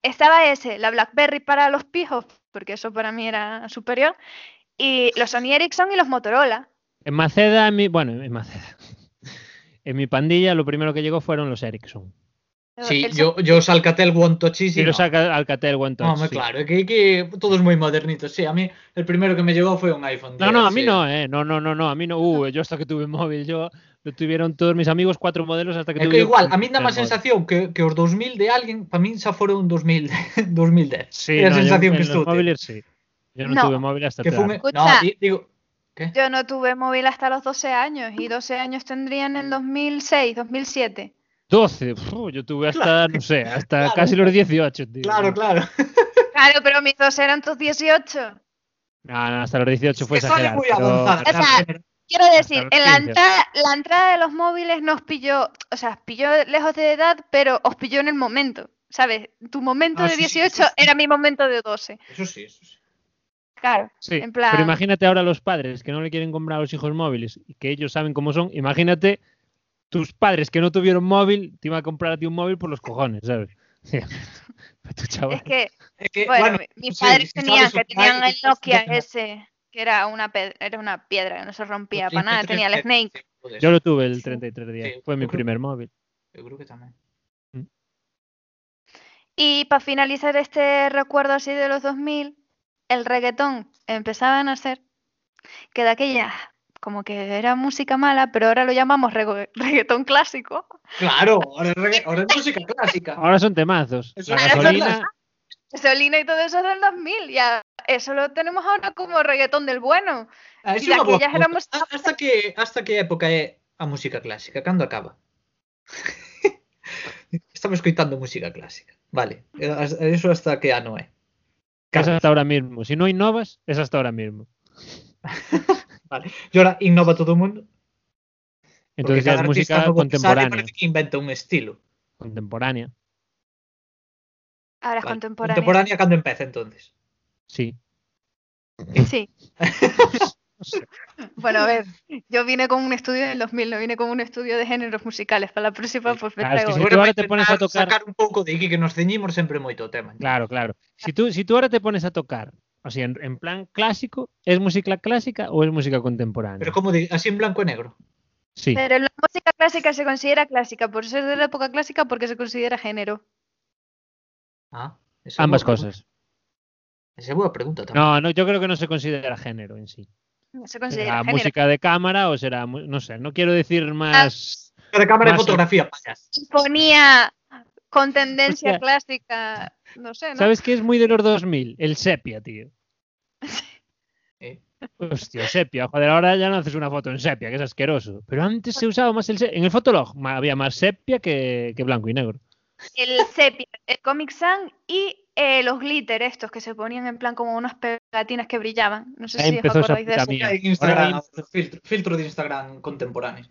Estaba ese, la BlackBerry para los pijos, porque eso para mí era superior, y los Sony Ericsson y los Motorola. En Maceda, en mi, bueno, en Maceda. En mi pandilla lo primero que llegó fueron los Ericsson. Sí, El yo, yo os Alcatel guantochísimo. y los Alca- Alcatel One Touch, No, muy sí. claro, que, que todos muy modernitos. Sí, a mí el primero que me llegó fue un iPhone. No, no, a 10, mí sí. no, eh. No, no, no, no, a mí no. Uh, yo hasta que tuve móvil, yo lo tuvieron todos mis amigos cuatro modelos hasta que É tuve que yo igual, a un mí dá má móvil. sensación que, que os 2000 de alguén, para min xa foron 2000, 2010. Sí, é a no, yo sensación en que los estou. tendo. móviles sí. Yo no, No. tuve móvil hasta Que tarde. fue un... No, Escucha. di- digo, Yo no tuve móvil hasta los 12 años, y 12 años tendría en el 2006, 2007. 12, uf, yo tuve hasta, no sé, hasta Claro. casi los 18, tío. claro, claro. Claro, pero mis 12 eran tus 18. No, no, hasta los 18 fue que son exagerar. muy pero- avanzadas. O sea, Quiero decir, los en la 15. entrada, la entrada de los móviles nos pilló, o sea, os pilló lejos de edad, pero os pilló en el momento. ¿sabes? Tu momento Ah, de sí, sí, 18 sí, sí. era mi momento de 12. Eso sí, eso sí. Claro, Ah, Sí, en plan... pero imagínate ahora los padres que no le quieren comprar a los hijos móviles y que ellos saben cómo son. Imagínate tus padres que no tuvieron móvil, te iba a comprar a ti un móvil por los cojones, ¿sabes? Sí. Tu chaval. es que, Es que, bueno, Eh, bueno, mi- mis sí, padres si sabes tenían, que usar, tenían el entonces ya Nokia está. ese, que era una, ped- era una piedra, que no se rompía los para nada, 33 tenía el que- Snake. joder, Yo lo tuve el 33 días, Sí, fue mi yo creo- primer móvil. Yo creo que también. Y para finalizar este recuerdo así de los 2000, el reggaetón empezaba a nacer, que de aquella como que era música mala, pero ahora lo llamamos rego- reggaetón clásico. Claro, ahora es, regga- ahora es música clásica. Ahora son temazos. Eso La es verdad. gasolina, Gasolina y todo eso es del 2000, ya eso lo tenemos ahora como reggaetón del bueno. Ah, es Y de una boa aquellas pregunta. éramos- Ah, Hasta que hasta que época é a música clásica? Cando acaba? Estamos escoitando música clásica. Vale, eh, as- eso hasta que ano é. es Claro. hasta ahora mismo. Si no innovas, es hasta ahora mismo. E ahora innova todo o mundo. Entonces ya cada es artista música novo que sale contemporánea. parece que inventa un estilo. Contemporánea, Ahora es Vale. contemporáneo. Contemporánea cando empeza entonces. sí. Sí, No sé. bueno, a ver, yo vine con un estudio del 2000, no vine con un estudio de géneros musicales. Para la próxima, pues me Claro, ah, es que traigo. si tú Agora ahora vai te pones a intentar tocar- sacar un pouco de aquí que nos ceñimos sempre moito o tema. Claro, claro. Si tú, si tú ahora te pones a tocar, o sea, en, en plan clásico, ¿es música clásica o es música contemporánea? Pero como di, así en blanco e negro. sí. Pero la música clásica se considera clásica, por ser de la época clásica, porque se considera género. Ah, esa é Ambas boa cosas. pregunta. Esa é boa pregunta tamén. No, no, yo creo que no se considera género en sí. Se ¿Será considera género. Ah, música de cámara o será, mu- no sé, no quiero decir más. Pero cámara e Más- fotografía, payas. Sinfonía con tendencia Hostia. clásica, no sé, ¿no? ¿Sabes qué es muy de los 2000? El sepia, tío. Eh. Hostia, sepia. Joder, ahora ya no haces una foto en sepia, que es asqueroso. Pero antes se usaba más el sepia. En el fotolog ma- había más sepia que, que blanco y negro. El sepia, el Comic Sans y eh, los glitter estos que se ponían en plan como unas pegatinas que brillaban. No sé si Ahí os empezó esa acordáis de puta eso. mierda. En Instagram, Ahora filtro, filtro de Instagram contemporáneo.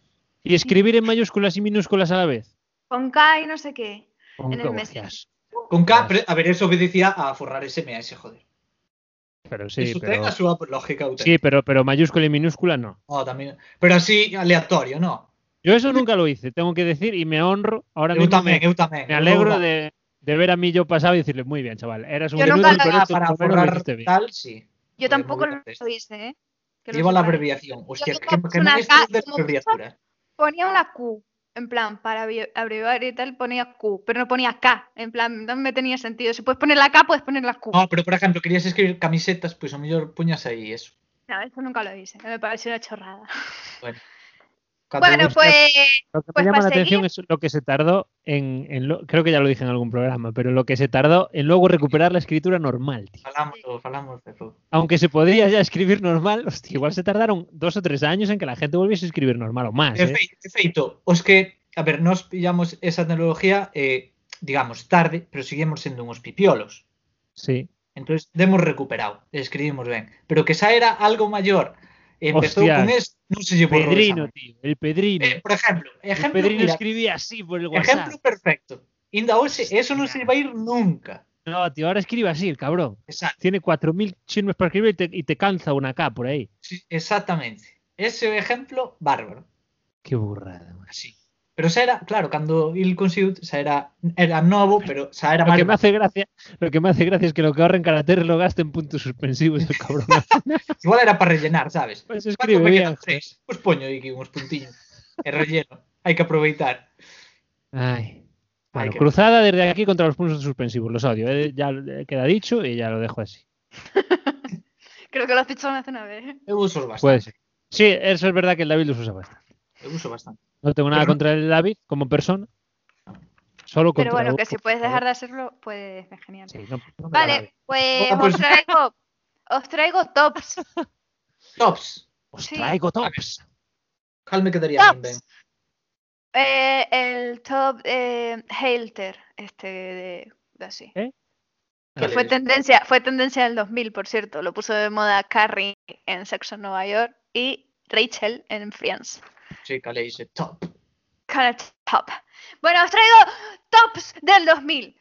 Y escribir en mayúsculas y minúsculas a la vez. Con K y no sé qué. Con En el qué mes. hostias. Con K, pero, a ver, eso obedecía a forrar SMS, joder. Pero sí, Eso ten pero, a súa lógica sí auténtica. pero, pero mayúscula y minúscula no. No, tamén. Pero así aleatorio, no. Yo eso nunca lo hice, tengo que decir, y me honro. Ahora Eu mismo tamén, me- eu tamén. Me Eu alegro non- de, de ver a mí yo pasado y decirle, muy bien, chaval, eras un Yo inútil, nunca lo pero Ah, esto para por lo menos lo forrar hiciste bien. tal, sí. Yo Joder, tampoco muy lo grande. hice, ¿eh? Que lo Lleva la sepáis. abreviación. Hostia, Yo que, que no una es K de como- abreviatura. Ponía una Q, en plan, para abri- abreviar y tal, ponía Q, pero no ponía K, en plan, no me tenía sentido. Si puedes poner la K, puedes poner la Q. No, pero por ejemplo, querías escribir camisetas, pues a mellor puñas aí eso. No, eso nunca lo hice, me pareció una chorrada. Cando bueno, vos- pues Lo que Pues me llama la para atención es lo que se tardó en, en lo- creo que ya lo dije en algún programa, pero lo que se tardó en luego recuperar la escritura normal, tío. falamos, falamos de todo. Aunque se podría ya escribir normal, hostia, igual se tardaron dos o tres años en que la gente volviese a escribir normal o más. De ¿eh? feito, de feito, os que, a ver, nos pillamos esa tecnología, eh, digamos, tarde, pero seguimos sendo unos pipiolos. Sí. Entonces, demos recuperado, escribimos ben. Pero que xa era algo maior. Empezou Hostias. con es, non se lle borrou Pedrino, esa man. tío, el Pedrino. Eh, por exemplo, el ejemplo, Pedrino mira, escribía así por el WhatsApp. ejemplo perfecto. Inda hoxe, eso non se vai ir nunca. No, tío, ahora escribe así, el cabrón. Exacto, Tiene 4.000 chismes para escribir y te, y te cansa una K por ahí. sí, exactamente. Ese é o ejemplo bárbaro, Qué burrada, man. así. Pero xa era, claro, cando il conseguiu, xa era, era novo, pero xa era Lo que, máis me hace gracia, lo que me hace gracia es que lo que ahorra en carácter lo gasta en puntos suspensivos el cabrón. Igual era para rellenar, sabes? Pues escribe Escribe, me bien. quedan tres. Pues poño aquí unos puntiños. E relleno. Hai que aproveitar. Ay. Bueno, Ay, qué- cruzada desde aquí contra los puntos suspensivos. Los odio. eh, Ya eh, queda dicho y ya lo dejo así. creo que lo has dicho más de una vez. Eu uso bastante. Puede ser. Sí, eso es verdad que el David los usa bastante. Eu uso bastante. No tengo nada Pero no- contra el David como persona. Solo Pero contra bueno, vos, que si por puedes dejar favor. de hacerlo, pues es genial. Sí, no- no me da rabia. Vale, pues Otra os persona. traigo, os traigo tops. Tops. Os sí. traigo tops. Cal me quedaría Tops. ben ben. Eh, el top eh, Helter, este de, de así. ¿Eh? Que Vale, fue es- tendencia, fue tendencia del 2000, por cierto. Lo puso de moda Carrie en Sexo en Nueva York y Rachel en Friends. Sí, cal é ese. Top. Cara top. Bueno, os traigo tops del 2000.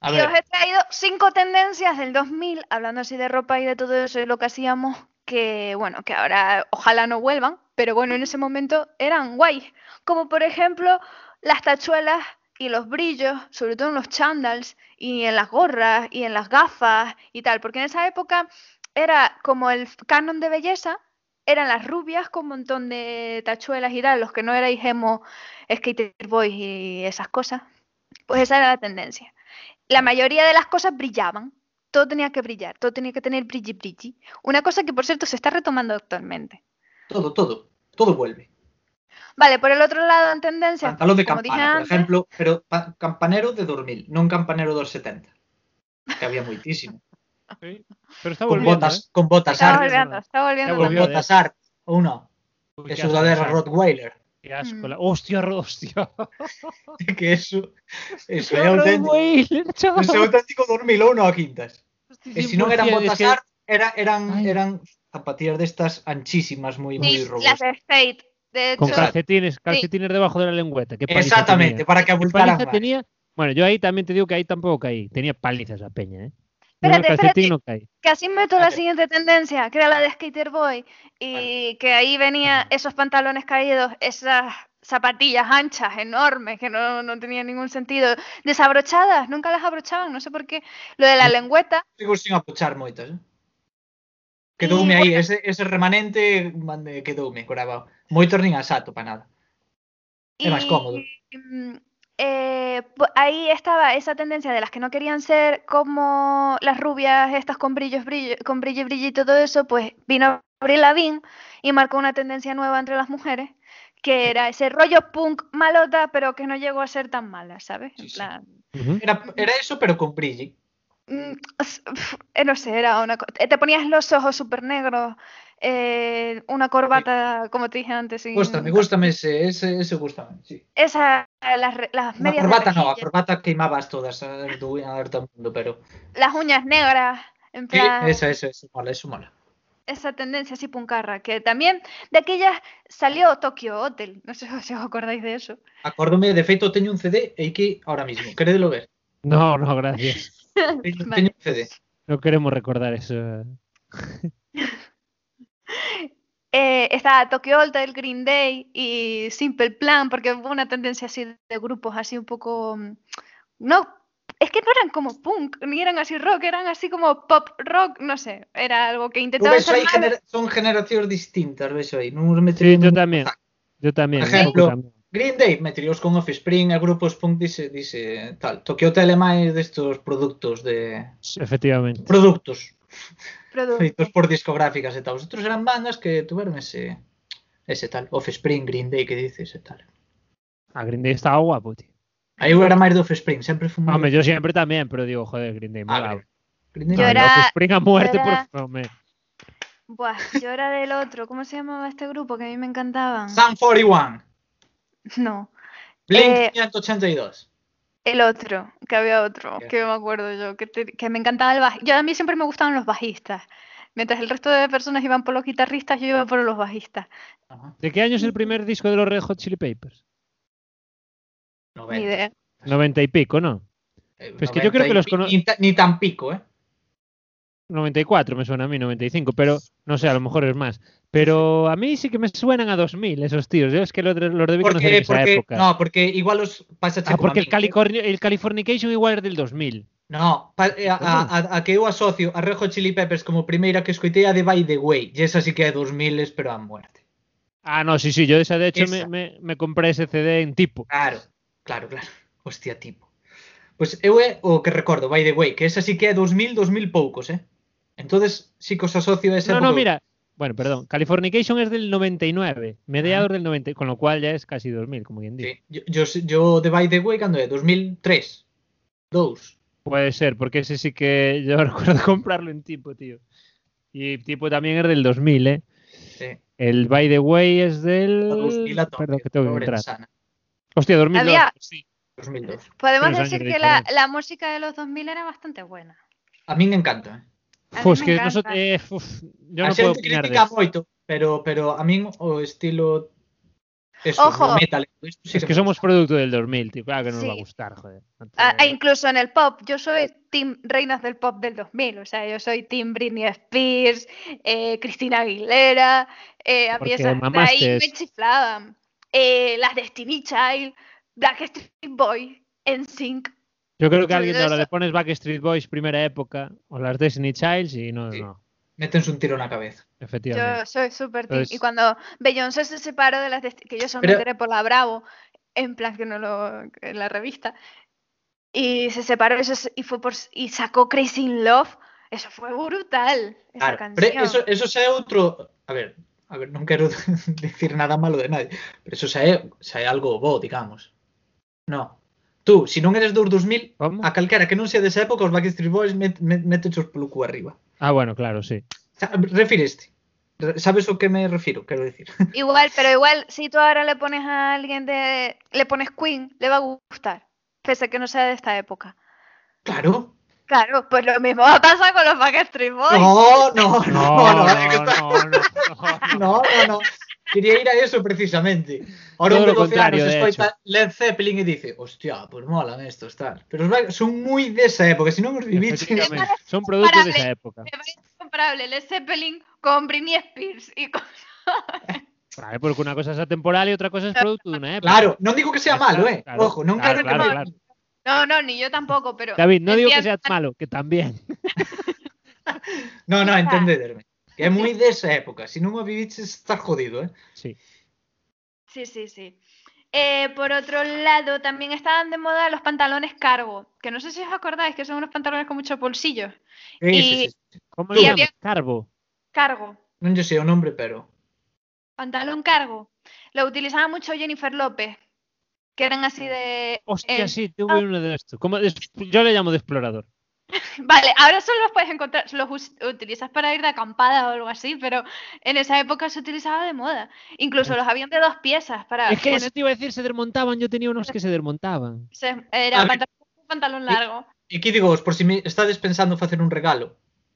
A y ver, os he traído cinco tendencias del 2000, hablando así de ropa y de todo eso y lo que hacíamos, que bueno, que ahora ojalá no vuelvan, pero bueno, en ese momento eran guays. Como por ejemplo las tachuelas y los brillos, sobre todo en los chandals y en las gorras y en las gafas y tal, porque en esa época era como el canon de belleza, eran las rubias con un montón de tachuelas y tal, los que no erais emo, skater boys y esas cosas, pues esa era la tendencia la mayoría de las cosas brillaban. Todo tenía que brillar, todo tenía que tener brilli brilli. Una cosa que, por cierto, se está retomando actualmente. todo, todo, todo vuelve. Vale, por el otro lado, en tendencias, Pantalón de como dije campana, por antes, ejemplo, pero pa- campanero de 2000, no un campanero dos 70. Que había muitísimo. Sí, Pero está Con volviendo. ¿eh? botas, con botas está art, volviendo, está volviendo. Ya con volvió. también. botas art, o no, ¿eh? Uy, de qué sudadera asco, Rottweiler. qué asco, Mm. la- Hostia, ro- hostia. Que eso, eso es auténtico. Rottweiler, chaval. Es auténtico 2001 a quintas. Hostia, Que si no 100%, eran es botas que- art, era- eran, Ay. eran zapatillas de estas anchísimas, muy, muy Sí, las robustas. de skate. De hecho, Con Exacto. calcetines, calcetines debajo de la lengüeta. qué paliza Exactamente, pues tenía. para que ¿Qué abultaran paliza más. tenía? Bueno, yo ahí también te digo que ahí tampoco caí. Tenía palizas la peña, ¿eh? Yo en el Espérate, calcetín espérate. no caí. que así meto la Vale. siguiente tendencia, que era la de Skater Boy, y que ahí venía esos pantalones caídos, esas zapatillas anchas, enormes, que no, no tenían ningún sentido, desabrochadas, nunca las abrochaban, no sé por qué, lo de la Mm. lengüeta, Sigo sin apuchar moitas. eh. Y, Quedoume aí, ese, ese remanente mande, quedoume grabado. Moitos nin asato para nada. É máis Y, cómodo. mm, eh, po- ahí estaba esa tendencia de las que no querían ser como las rubias, estas con brillos, brillo, con brillo, brillo y todo eso, pues vino Avril Lavigne y marcó una tendencia nueva entre las mujeres, que era ese rollo punk malota, pero que no llegó a ser tan mala, ¿sabes? En Sí, sí. plan, Ujú. Era, era eso, pero con brilli. mm, s- pf, eh, no sé, era una co- eh, te ponías los ojos súper negros, eh, una corbata, como te dije antes, sin- Gusta, me gusta ese, ese, ese gusta. Sí. esa, las, re- las A medias de corbata non, a rejilla. corbata queimabas todas a do, a do mundo, pero... las uñas negras, en Sí, plan, eso, eso, eso mola, eso mola. esa tendencia así puncarra, que también de aquellas salió Tokyo Hotel, no sé si os acordáis de eso. Acórdome, de feito, teño un CD e que ahora mismo. Querédelo ver. No, no, gracias. Teño, Vale. teño un CD. No queremos recordar eso. Eh, estaba Tokyo Hotel, Green Day y Simple Plan, porque hubo una tendencia así de grupos así un poco, mm, no, es que no eran como punk, ni eran así rock, eran así como pop rock, no sé, era algo que Tú intentaba ves, ser aí malo. genera- son generacións distintas, ves aí. Non os metería Sí, yo nun- también. Yo también. Por un poco ejemplo, también. Green Day meteríos con Offspring e grupos punk dice, dice tal. Tokyo Hotel é máis destos produtos de Efectivamente. produtos Producto. feitos por discográficas e tal. Os outros eran bandas que tuveron ese ese tal, Offspring, Green Day que dices e tal. A Green Day estaba guapo, tío. Aí eu era máis do Offspring, sempre fui moi Hombre, yo siempre también, pero digo, joder, Green Day, Mm. A mola. ver, Green Day. Yo Ah, era- no, Offspring a yo muerte, era- por favor. Buah, yo era del otro, ¿cómo se llamaba este grupo que a mí me encantaban? Sun 41, No. Blink Eh, 182. El otro, que había otro, Ya. que me acuerdo yo, que, te- que me encantaba el bajista. Yo a mí siempre me gustaban los bajistas. Mientras el resto de personas iban por los guitarristas, yo iba por los bajistas. Ajá, ¿De qué año es el primer disco de los Red Hot Chili Papers? 90. Ni idea. Noventa y pico, ¿no? Eh, Pues que yo creo que 90 los y- cono- ni, ta- ni tan pico, eh. 94 me suena a mí, 95, pero no sé, a lo mejor es más. Pero a mí sí que me suenan a 2000 esos tíos. Yo es que los de, los debí conocer en Porque, esa porque, época. no, porque igual os pasa Ah, porque el, Calicornio- el Californication igual es del 2000. No, pa, eh, a, a, a que eu asocio a Rejo Chili Peppers como primeira que escoitei a de By the Way, e esa sí que é 2000 pero a muerte. Ah, no, sí, sí, yo de esa de hecho me, Esa. me- me compré ese CD en tipo. Claro, claro, claro. Hostia, tipo. Pois eu é o que recordo, By the Way, que esa sí que é 2000, 2000 poucos, eh? Entonces sí que os asocio a esa No, no, época. mira. Bueno, perdón. Californication es del 99, mediados del 90, con lo cual ya es casi 2000, como bien dice. Sí, yo, yo, yo de By the Way cando é 2003, 2. Puede ser, porque ese sí que yo recuerdo comprarlo en tipo, tío. Y tipo también es del 2000, ¿eh? Sí. El By the Way es del. 2000 a tope, Perdón, que tengo que pobre entrar. Sana, Hostia, 2002. Había- Sí. 2002. Podemos Unos años decir de que la, diferencia. la música de los 2000 era bastante buena. A min encanta. Eh. A mí Uf, me que encanta. nosotros. eh, uf, yo a no puedo xente opinar de critica eso. moito, pero pero a min o estilo Eso, Ojo. no, metal. Esto sí Es me que somos producto del 2000, tío. Claro que nos Sí. va a gustar, joder. No te- Ah, e incluso en el pop, yo soy Team Reinas del Pop del 2000, o sea, yo soy Team Britney Spears, eh, Cristina Aguilera, eh, a mí Porque esas de ahí mamaste. me chiflaban, eh, las Destiny Child, Blackstreet Boy, NSYNC, Yo creo que a alguien Eso- ahora le pones Backstreet Boys primera época o las Destiny Childs y no, Sí. no, Métense un tiro en la cabeza. efectivamente. yo soy súper Team, y Entonces- cuando Beyoncé se separó de las Destiny, que yo solo me Pero- enteré por la Bravo, en plan que no lo, en la revista, y se separó eso es- y, fue por, y sacó Crazy in Love, eso fue brutal, esa Claro, canción. pero eso, eso xa é outro... A ver, a ver, non quero decir nada malo de nadie, pero eso xa é, xa é algo bo, digamos. No. Tú, se non eres dos 2000, ¿Cómo? a calquera que non sea desa época, os Backstreet Boys met, met, metes os polo cu arriba. Ah, bueno, claro, sí. Sa- Refíreste. Re- Sabes o que me refiro, quero decir. Igual, pero igual, si tú ahora le pones a alguien de. Le pones Queen, le va a gustar. Pese a que no sea de esta época. Claro. Claro, pues lo mismo va a pasar con los Backstreet Boys. No, no, no, no, no, é que está- no, no, no. no, no, no. Quería ir a eso precisamente. Ahora Todo un lo de 12 contrario, anos de escoita Led Zeppelin e dice hostia, pues mola esto, tal. Pero os vai- son moi desa época, se non os viviches... Efectivamente, Son productos de esa Parable. época. Me parece comparable Led Zeppelin con Britney Spears. Y con... Vale, porque una cosa es atemporal y otra cosa es producto de una época. Claro, non digo que sea Está, malo, eh. claro, Ojo, non claro, quero que claro, me... claro. No, no, ni yo tampoco, pero. David, no digo que sea Entiendo. malo, que también. No, no, entendederme. Que é moi desa época, se non o viviches estás jodido, eh. Sí. Sí, sí, sí. Eh, por otro lado, también estaban de moda los pantalones cargo. Que no sé si os acordáis que son unos pantalones con muchos bolsillos. Sí, Y- sí, sí. ¿Cómo Y lo había- llamas? Carbo. Cargo. Non lle sei o nombre, pero... Pantalón cargo. Lo utilizaba mucho Jennifer López, que eran así de... Hostia, eh, sí, tuve uno de estos. Como de- Yo le llamo de explorador. Vale, ahora solo los puedes encontrar, los us- utilizas para ir de acampada o algo así, pero en esa época se utilizaba de moda. Incluso los habían de dos piezas para... Es que poner- eso te iba a decir, se desmontaban. Yo tenía unos que se desmontaban. se- A Era ver. pantalón, corto, pantalón largo. E aquí digo, por si me estades pensando facer un regalo,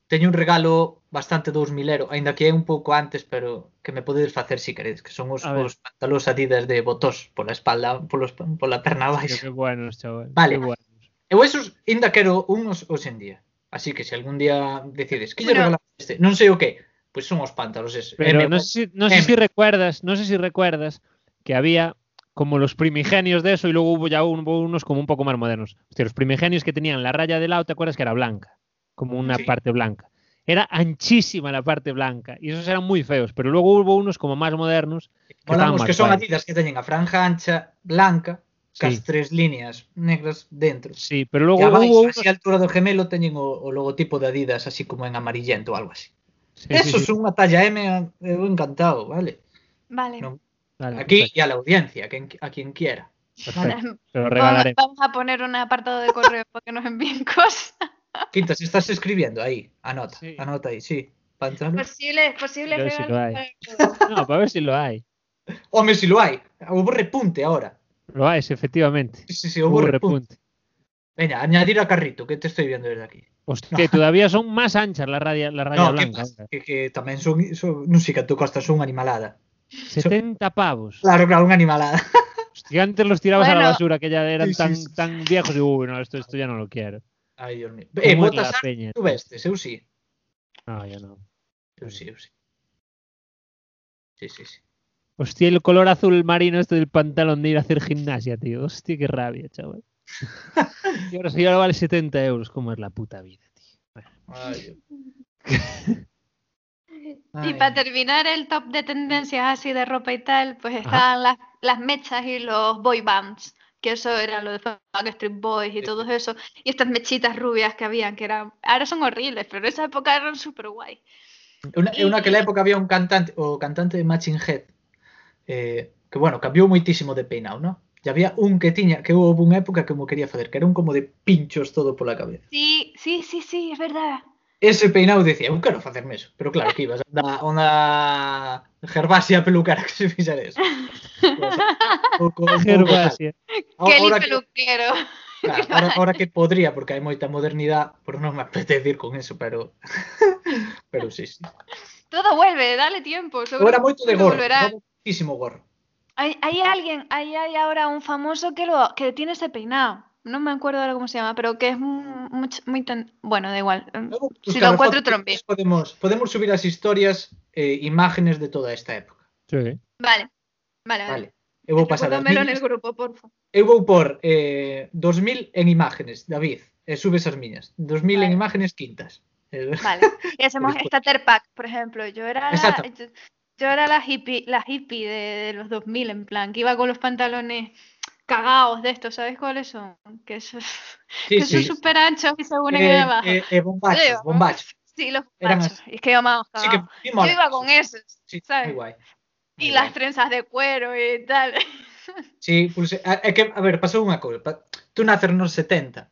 teño un regalo bastante 2000ero, aínda que é un pouco antes, pero que me podedes facer si queredes, que son os, A ver. os pantalóns adidas de botós pola espalda, polos, pola perna Tío, baixa. qué buenos, chaval. Vale. Eh, Qué buenos. Eu esos ainda quero uns hoxe en día. Así que se algún día decides que lle Bueno. regalas a este, non sei o que, pois son os pantalóns eses. Pero M, no sé, si, no sé M. si recuerdas, no sé si recuerdas que había como los primigenios de eso y luego hubo ya un- hubo unos como un poco más modernos. Hostia, los primigenios que tenían la raya del lado, ¿te acuerdas que era blanca? Como una Sí. parte blanca. Era anchísima la parte blanca y esos eran muy feos, pero luego hubo unos como más modernos. Molan estaban os más que son guays. adidas que teñen a franja ancha, blanca, Sí, cas tres líneas negras dentro. sí, pero luego E abaixo, hubo unos... así a altura do gemelo, teñen o, o logotipo de Adidas, así como en amarillento ou algo así. Sí, sí, Eso sí, es unha talla M, eu encantado, vale. Vale. No, vale, Aquí perfecto, e a la audiencia, a quen, a quien quiera. perfecto, te lo Vamos, regalaré. vamos a poner un apartado de correo para que nos envíen cosas. Quinta, se estás escribiendo aí, anota, Sí. anota aí, sí. Pantalón. Posibles, posibles Yo sí lo regalos hay. para todos. No, para ver si lo hay. Home, si lo hai, houve repunte ahora. Lo hay, efectivamente. Sí, sí, sí, Hubo houve repunte. repunte. Veña, añadir a carrito, que te estoy viendo desde aquí. Hostia, todavía son más anchas las rayas la raya No, que, blanca. pasa? que, que tamén son, son non sei que tú costas son unha animalada. 70 pavos. Claro, claro, unha animalada. Hostia, antes los tirabas a Bueno. la basura, que ya eran Sí, sí, tan, sí. tan viejos y uy, no, esto, esto ya no lo quiero. Ai, Dios mío. Eh, ¿Cómo es botas la a... peña? tú vestes, eu sí. No, yo no. Eu Pues sí, eu sí. Sí, sí, sí. Hostia, el color azul marino este del pantalón de ir a hacer gimnasia, tío. Hostia, qué rabia, chaval. y ahora sí, ahora vale 70 euros, como es la puta vida, tío. Bueno, Ai, Dios. Y Ay. para terminar el top de tendencias así de ropa y tal, pues estaban las, las mechas y los boy bands, que eso era lo de Backstreet Boys y Sí, todo eso, y estas mechitas rubias que habían, que eran, ahora son horribles, pero en esa época eran súper guay. Una, eu naquela época había un cantante, o cantante de Matching Head, eh, que, bueno, cambiou moitísimo de peinado, non? E había un que tiña, que houve unha época que mo quería facer, que era un como de pinchos todo pola cabeza. Sí, sí, sí, sí, es verdad. Ese peinado decía, eu quero facerme eso. Pero claro, que ibas a onda, onda Gervasia pelucara que se fixera eso. Un pouco- un pouco Gervasia. tal. Ahora- Kelly ahora que- peluquero. Claro, ahora, ahora que podría, porque hai moita modernidad, por non me apetece ir con eso, pero pero sí, sí. Todo vuelve, dale tiempo. seguro Eu era que moito de seguro gorro, volverá. usaba moitísimo gorro. Hay, hay alguien, hay, hay ahora un famoso que, lo, que tiene ese peinado. No me acuerdo ahora cómo se llama, pero que es mu- mucho- muy... ten- Bueno, da igual. Mm, Luego Si lo buscar encuentro, fotos, te lo envío. Podemos, podemos subir las historias, eh, imágenes de toda esta época. Sí. Vale, vale, vale. Vale. Eu vou pasar as Recuérdamelo en el miñas. grupo, por favor. Eu vou por eh, 2000 en imágenes, David. E subes as miñas. 2000 en Vale. imágenes quintas. Eh, Vale. Y hacemos Después. esta Terpac, por ejemplo. Yo era la, Exacto. yo, yo era la hippie, la hippie de, de los 2000, en plan, que iba con los pantalones cagados de estos, ¿sabes cuáles son? Que, eso- sí, que son súper anchos y se unen Eh, ahí abajo. eh, eh, bombachos, Yo iba- bombachos. Sí, los Eran bombachos. Y es que iba más Sí que cagado. sí ah. Yo mola. iba con esos, Sí, ¿sabes? moi guai. Y Moi las guai. trenzas de cuero y tal. Sí, pulse... a- é que, a ver, pasou unha cousa. Pa- Tú nacer nos 70.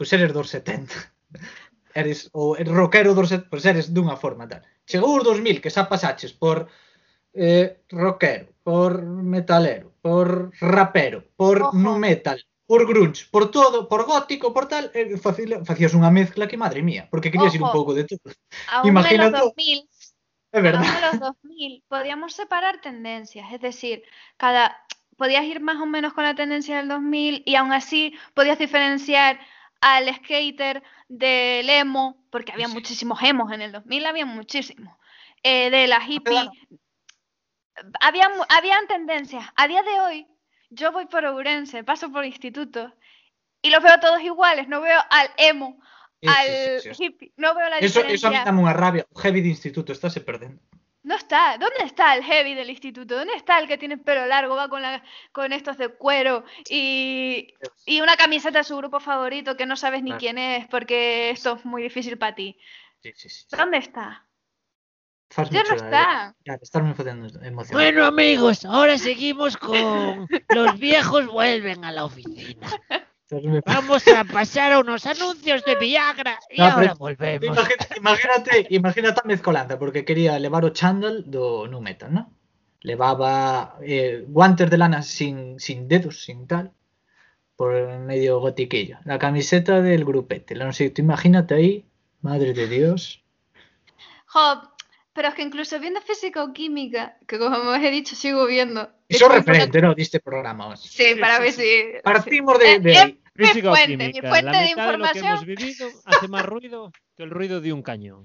Pois eres dos 70. Eres o eres rockero dos 70, pois eres dunha forma tal. Chegou os 2000 que xa pasaches por eh, rockero, por metalero, por rapero, por Ojo. nu metal, por grunge, por todo, por gótico, por tal, eh, facil- facías unha mezcla que madre mía, porque querías ir un Ojo. pouco de todo. Aún en Imagínate. los 2000, É verdade. Llegamos a los 2000, podíamos separar tendencias, es decir, cada podías ir más o menos con la tendencia del 2000 y aún así podías diferenciar al skater del emo, porque había Sí. muchísimos emos en el 2000, había muchísimos, eh, de la hippie, claro. había, mu- habían tendencias. A día de hoy, yo voy por Ourense, paso por institutos y los veo todos iguales, no veo al emo, Sí, al sí, sí, sí. hippie, no veo la Eso, eso diferencia. a mí dame unha rabia. O heavy de instituto está se perdendo. No está. ¿Dónde está el heavy del instituto? ¿Dónde está el que tiene pelo largo, va con, la, con estos de cuero y, y una camiseta de su grupo favorito que no sabes ni Claro. quién es porque esto es muy difícil para ti? Sí, sí, sí. ¿Dónde está? Faz Ya no mucho daño. está. Ya, estarme facendo emocionar. Bueno amigos, ahora seguimos con los viejos vuelven a la oficina. Estarme- Vamos a pasar a unos anuncios de Viagra y No, ahora pero- volvemos. ah, Imagínate, imagínate, imagínate a mezcolanza, porque quería levar o chándal do nu metal, ¿no? Levaba eh, guantes de lana sin, sin dedos, sin tal, por medio gotiquillo. La camiseta del grupete, la no sé, tú imagínate ahí, madre de Dios. Jo, pero es que incluso viendo física o química, que como os he dicho sigo viendo. Eso es muy referente, ¿no? De este programa. vamos. Sí, para ver si... Partimos Eh, de, de ahí. Mi Física o fuente, mi química. fuente la de mitad de lo que hemos información. vivido hace más ruido que el ruido de un cañón.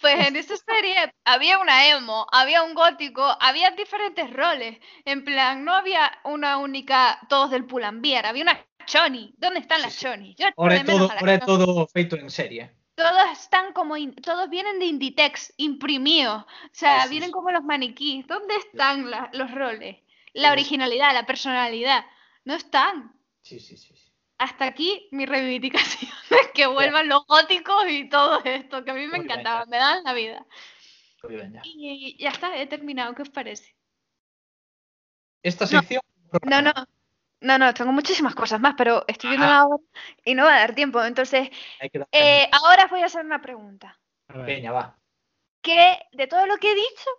Pues en esa serie había una emo, había un gótico, había diferentes roles. En plan, no había una única, todos del Pulambier, había una Choni. ¿Dónde están las Sí, sí. Choni? Yo echo Ahora de é menos todo, a las ahora é Choni. todo feito en serie. Todos están como, in- todos vienen de Inditex, imprimidos. O sea, Sí, sí, vienen sí. como los maniquíes. ¿Dónde están la- los roles? La Sí. originalidad, la personalidad. No están. Sí, sí, sí. sí. Hasta aquí mi reivindicación es que vuelvan los góticos y todo esto, que a mí me Muy bien, encantaba, ya. me dan la vida. Muy bien, ya. Y ya está, he terminado. ¿Qué os parece? Esta No. sección... No, no. No, no, tengo muchísimas cosas más, pero estoy viendo la hora y no va a dar tiempo. Entonces, Hay que dar- eh, ahora os voy a hacer una pregunta. A ver, Peña, va. ¿Qué de todo lo que he dicho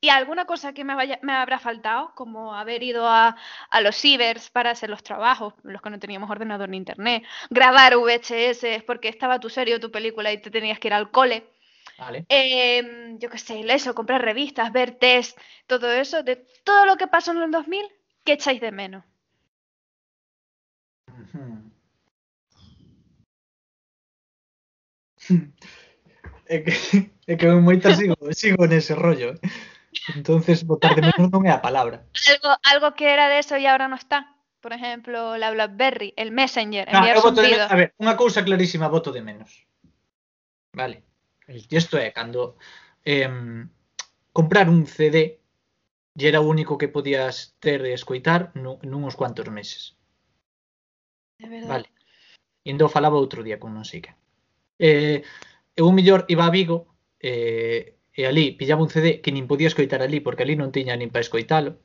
y alguna cosa que me, vaya- me habrá faltado, como haber ido a, a los cibers para hacer los trabajos, los que no teníamos ordenador ni internet, grabar VHS porque estaba tu serie o tu película y te tenías que ir al cole? Vale. em, yo qué sé, eso, comprar revistas, ver test, todo eso, de todo lo que pasó en los 2000, ¿qué echáis de menos? Ujú. É que, é que eu moita sigo, sigo nese rollo. eh. Entonces, botar de menos non é a palabra. Algo, algo que era de eso y ahora no está. Por ejemplo, la BlackBerry, el Messenger, Ah, enviar eu boto de zumbidos. menos, a ver, unha cousa clarísima, voto de menos. Vale. el- E isto é cando em, comprar un CD e era o único que podías ter e escoitar nun, nun uns cuantos meses. De verdad. Vale. Indo falaba outro día con non sei que. Eh, eu o mellor iba a Vigo eh, e ali pillaba un CD que nin podía escoitar ali porque ali non tiña nin para escoitalo.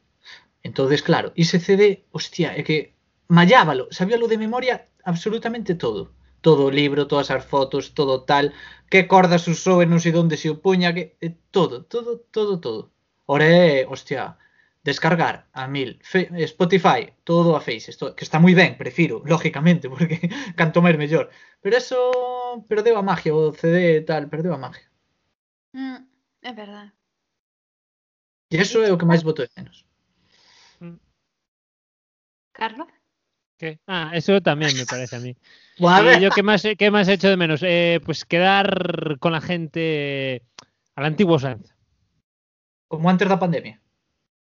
Entonces, claro, ese CD, hostia, é que mallábalo, sabíalo de memoria absolutamente todo. Todo o libro, todas as fotos, todo tal, que cordas usou e non sei onde se o puña, que eh, todo, todo, todo, todo. Ora é, hostia, descargar a mil, Fe- Spotify, todo a Face, esto, que está moi ben, prefiro, lógicamente, porque canto máis mellor. Pero eso perdeu a magia, o CD e tal, perdeu a magia. Mm, es verdad. E eso é o que máis voto de menos. Carlos. ¿Qué? Ah, eso también me parece a mí. Buah, a Eh, ver, yo, ¿qué más, ¿Qué más he hecho de menos? Eh, pues quedar con la gente al antiguo Sanz. como antes da pandemia.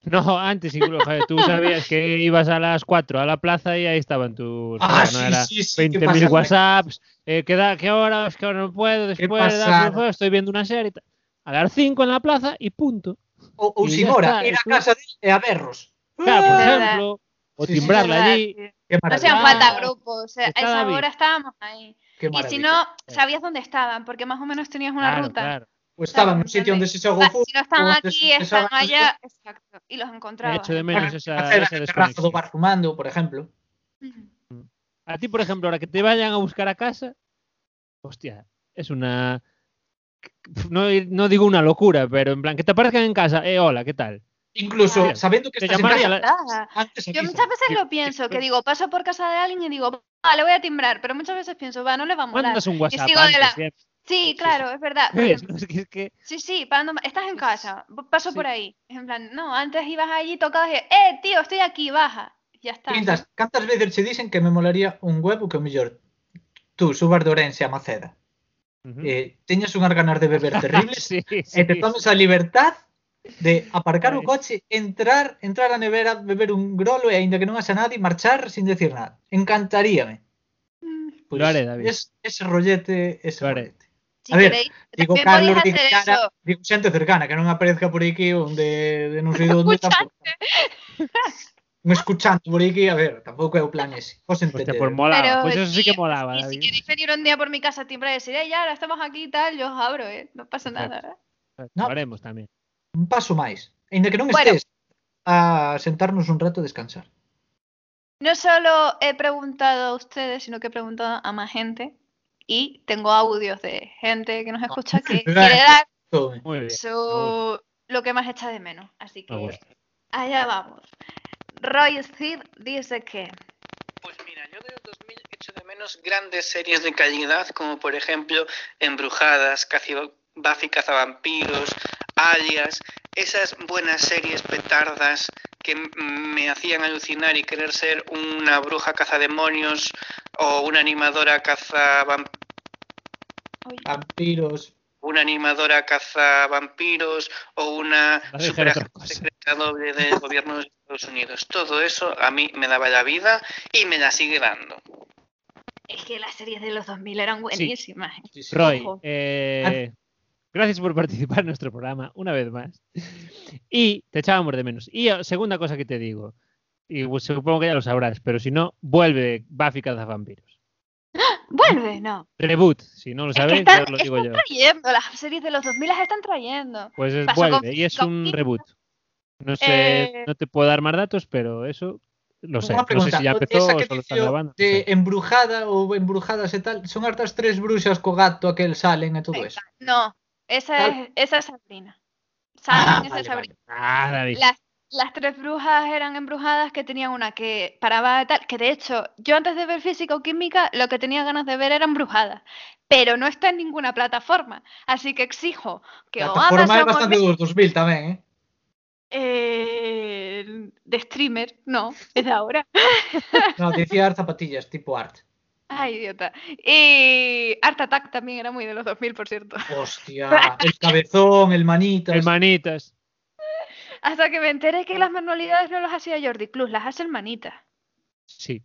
No, antes incluso, joder, tú sabías que ibas a las 4 a la plaza y ahí estaban tus Ah, Pues no sí, era sí, sí, ¿qué 20.000 pasa? WhatsApps, eh, ¿qué, da- ¿qué hora? Es que ahora no puedo, después, da- pasada. después estoy viendo una serie. y tal. A las 5 en la plaza y punto. O, o Y sin ya hora, está, ir a eso- casa de él e a berros. Claro, por Ah, Mm. verdad. ejemplo, o Sí, sí, timbrarla Verdad, allí. sí. qué No maravilla, hacían Maravilla. falta grupos, o sea, a Está esa David. hora estábamos ahí. qué Y si maravilla. no, sabías dónde estaban, porque más o menos tenías una Claro, ruta. claro. O estaba en un sitio donde ¿entendés? se hizo Va, gofu, si no están o donde aquí, se están empezaba a hacer- allá, exacto, y los He encontrabas. hecho de menos esa, hacer la esa terraza do desconexión. bar fumando, por ejemplo. Mm. A ti, por ejemplo, ahora que te vayan a buscar a casa, hostia, es una. No, no digo una locura, pero en plan, que te aparezcan en casa, eh, hola, ¿qué tal? Incluso Bien. sabiendo que Te estás en llamaría casa, la- Ah, antes Yo avisa. muchas veces Sí, lo pienso, que sí. digo, paso por casa de alguien y digo, ah, le voy a timbrar, pero muchas veces pienso, va, no le va a molar. Mandas un WhatsApp. sigo de antes, la- siempre, Sí, claro, es verdad. ¿sabes? No, es que- es que- Sí, sí, parando- estás en casa, paso Sí. por ahí. Es en plan, no, antes ibas allí, tocabas y, eh, tío, estoy aquí, baja. Y Ya está. Quintas, cantas veces se dicen que me molaría un huevo que o mellor tú subas de Ourense a Maceda Ujú. eh, teñas unhas ganas de beber terribles Sí, e te sí. tomes a libertad de aparcar o Ai. coche, entrar entrar á nevera, beber un grolo e aínda que non haxa nadie, marchar sin decir nada. Encantaríame. Mm, Pois Lo haré, David. Es, ese rollete, ese Lo haré. rollete. Si A ver, queréis, Digo, también Carlos, podéis digo, hacer cara, eso. digo xente cercana, que non aparezca por aquí onde de non sei onde tampouco. Un escuchante por aquí, a ver, tampouco é o plan ese. Os Hostia, entendedes. pues molaba. Pero Pues eso sí que sí, molaba, Y si David. queréis venir un día por mi casa a timbrar y decir, "Eh, ya, ahora estamos aquí y tal, yo os abro, ¿eh? No pasa nada. ¿eh? Lo haremos también. un paso máis. Ainda que non Bueno. estés a sentarnos un rato a descansar. No solo he preguntado a ustedes, sino que he preguntado a más gente y tengo audios de gente que nos escucha que quiere dar Tome. Muy bien. su, lo que más echa de menos. Así Me que gusta. allá vamos. Roy Cid dice que Pues mira, yo de los 2000 echo de menos grandes series de calidad, como por ejemplo Embrujadas, Caci- Buffy Cazavampiros, Alias, esas buenas series petardas que m- me hacían alucinar y querer ser una bruja cazademonios o una animadora cazavampiros Uy, Ah. Vampiros. una animadora caza vampiros o una Va a dejar otra superagente cosa. secreta doble del gobierno de Estados Unidos. Todo eso a mí me daba la vida y me la sigue dando. es que las series de los 2000 eran buenísimas. ¿eh? Sí, sí. Roy, Ojo. eh, gracias por participar en nuestro programa una vez más. Y te echábamos de menos. Y eh, segunda cosa que te digo, y pues, supongo que ya lo sabrás, pero si no, vuelve Buffy Cazavampiros. Vuelve, no. Reboot, si no lo Es que sabéis, están, ya os lo digo están Pues yo. trayendo, las series de los 2000 las están trayendo. Pues es- pasó vuelve, con- y es con un Phoenix. reboot. No sé, Eh, no te puedo dar más datos, pero eso lo sé. Unha No sé pregunta, si ya o- empezó o esa solo que están dicío grabando. no de sé. embrujada ou embrujadas e tal, son hartas tres bruxas co gato aquel salen e todo eso. No, esa Tal- es, esa es Sabrina. Sabrina, Ah, esa vale, es Sabrina. vale. Ah, David. Las, las tres brujas eran embrujadas que tenían una que paraba tal, que de hecho yo antes de ver física o química lo que tenía ganas de ver eran embrujadas, pero no está en ninguna plataforma, así que exijo que o Plataforma é Amazon bastante o dos 2000 tamén, eh? eh, de streamer, no, es de ahora. No, dicía as zapatillas, tipo art. Ay, idiota. Y Art Attack también era muy de los 2000, por cierto. Hostia, el cabezón, el manitas. Hermanitas. Hasta que me enteré que las manualidades no las hacía Jordi Cruz, las hace el manita. Sí.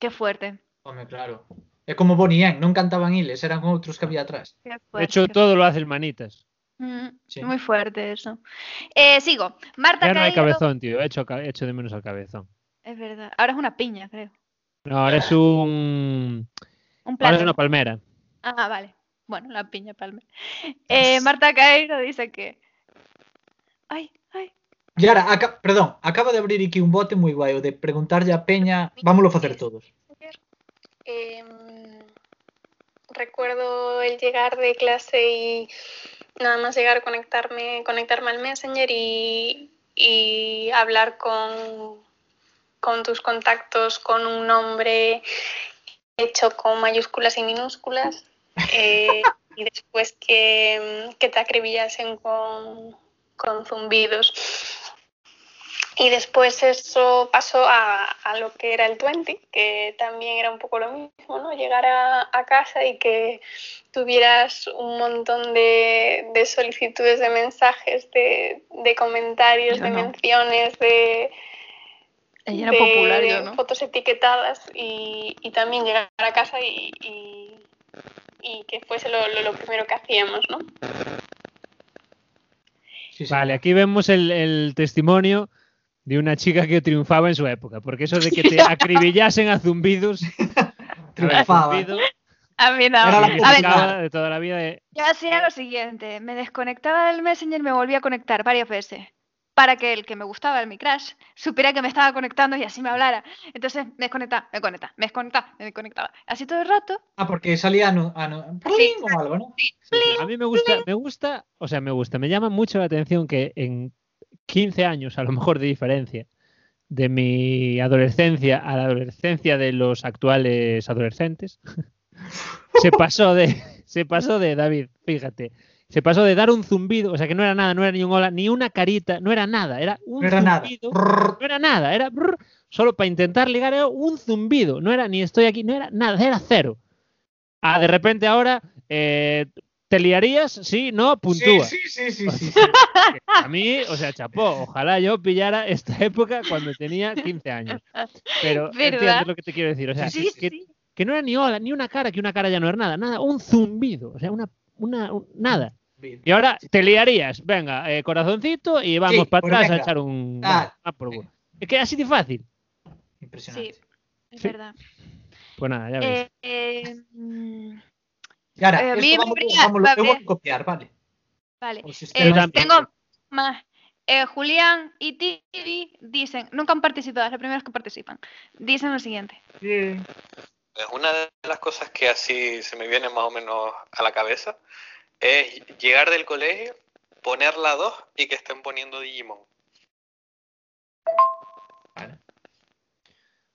Qué fuerte. Home, claro. É como Bonnie and, non cantaban iles, eran outros que había atrás. qué De fuerte, hecho, qué todo lo hace el manitas. Mm, Sí. Muy fuerte eso. Eh, sigo. Marta Ya no hay Caído- cabezón, tío. He hecho, ca- he hecho de menos al cabezón. Es verdad. Ahora es una piña, creo. No, ahora es Un un. Ahora es plátano. una palmera. Ah, vale. Bueno, la piña palme. Ah, Eh, Marta Cairo dice que. Ay, ay. Yara, aca perdón, acaba de abrir aquí un bote moi guai, o de preguntarlle a Peña, vámolo facer todos. Em, recuerdo el llegar de clase y nada más llegar conectarme, conectarme al Messenger y, y hablar con, con tus contactos con un nombre hecho con mayúsculas y minúsculas. eh, y después que, que te acribillasen con, con zumbidos. Y después eso pasó a, a lo que era el 20, que también era un poco lo mismo, ¿no? Llegar a, a casa y que tuvieras un montón de, de solicitudes de mensajes, de, de comentarios, Yo de no. menciones, de, Ella era de- popular, de yo, Eh, ¿no? fotos etiquetadas y, y también llegar a casa y, y- y que fuese lo, lo- lo primero que hacíamos, ¿no? Sí, sí. Vale, aquí vemos el, el testimonio de una chica que triunfaba en su época, porque eso de que te acribillasen a zumbidos, Triunfaba. zumbido, A mí no. Era la A ver, publicaba. de toda la vida eh, de Yo hacía lo siguiente, me desconectaba del Messenger y me volvía a conectar varias veces para que el que me gustaba, el mi crush, supiera que me estaba conectando y así me hablara. Entonces me desconectaba, me conectaba, me desconectaba, me desconectaba. Así todo el rato. Ah, porque salía anu- anu- Sí, o algo, ¿no? A mí me gusta, me gusta, o sea, me gusta, me llama mucho la atención que en 15 años, a lo mejor de diferencia, de mi adolescencia a la adolescencia de los actuales adolescentes, se pasó de, se pasó de, David, fíjate, se pasó de dar un zumbido, o sea, que no era nada, no era ni un hola, ni una carita, no era nada, era un No era nada. zumbido, Prrr. no era nada, era brr, solo para intentar ligar, era un zumbido, no era ni estoy aquí, no era nada, era cero. Ah, de repente ahora, eh, ¿te liarías? Sí, no, puntúa. Sí, sí, sí, sí, sí, sí. A mí, o sea, chapó, ojalá yo pillara esta época cuando tenía 15 años. Pero ¿Verdad? entiendes lo que te quiero decir, o sea, Sí, que, sí. que no era ni hola, ni una cara, que una cara ya no era nada, nada, un zumbido, o sea, una, una un- nada. Y ahora te liarías, venga, eh, corazoncito y vamos Sí, para pues atrás a venga. echar un... Ah. ah, por culo. Es que así de fácil. Impresionante. Sí, es Sí. verdad. Pues nada, ya ves. Eh, eh, mm, Y ahora, Eh, a esto mí me vamos, habría- vamos- me lo- lo voy a habría- copiar, vale. vale. Por si Eh, usted no también. está- tengo más. Eh, Julián y Tibi dicen, nunca han participado, es los primeros que participan. Dicen lo siguiente. Pues una de las cosas que así se me viene más o menos a la cabeza es llegar del colegio, poner la 2 y que estén poniendo Digimon.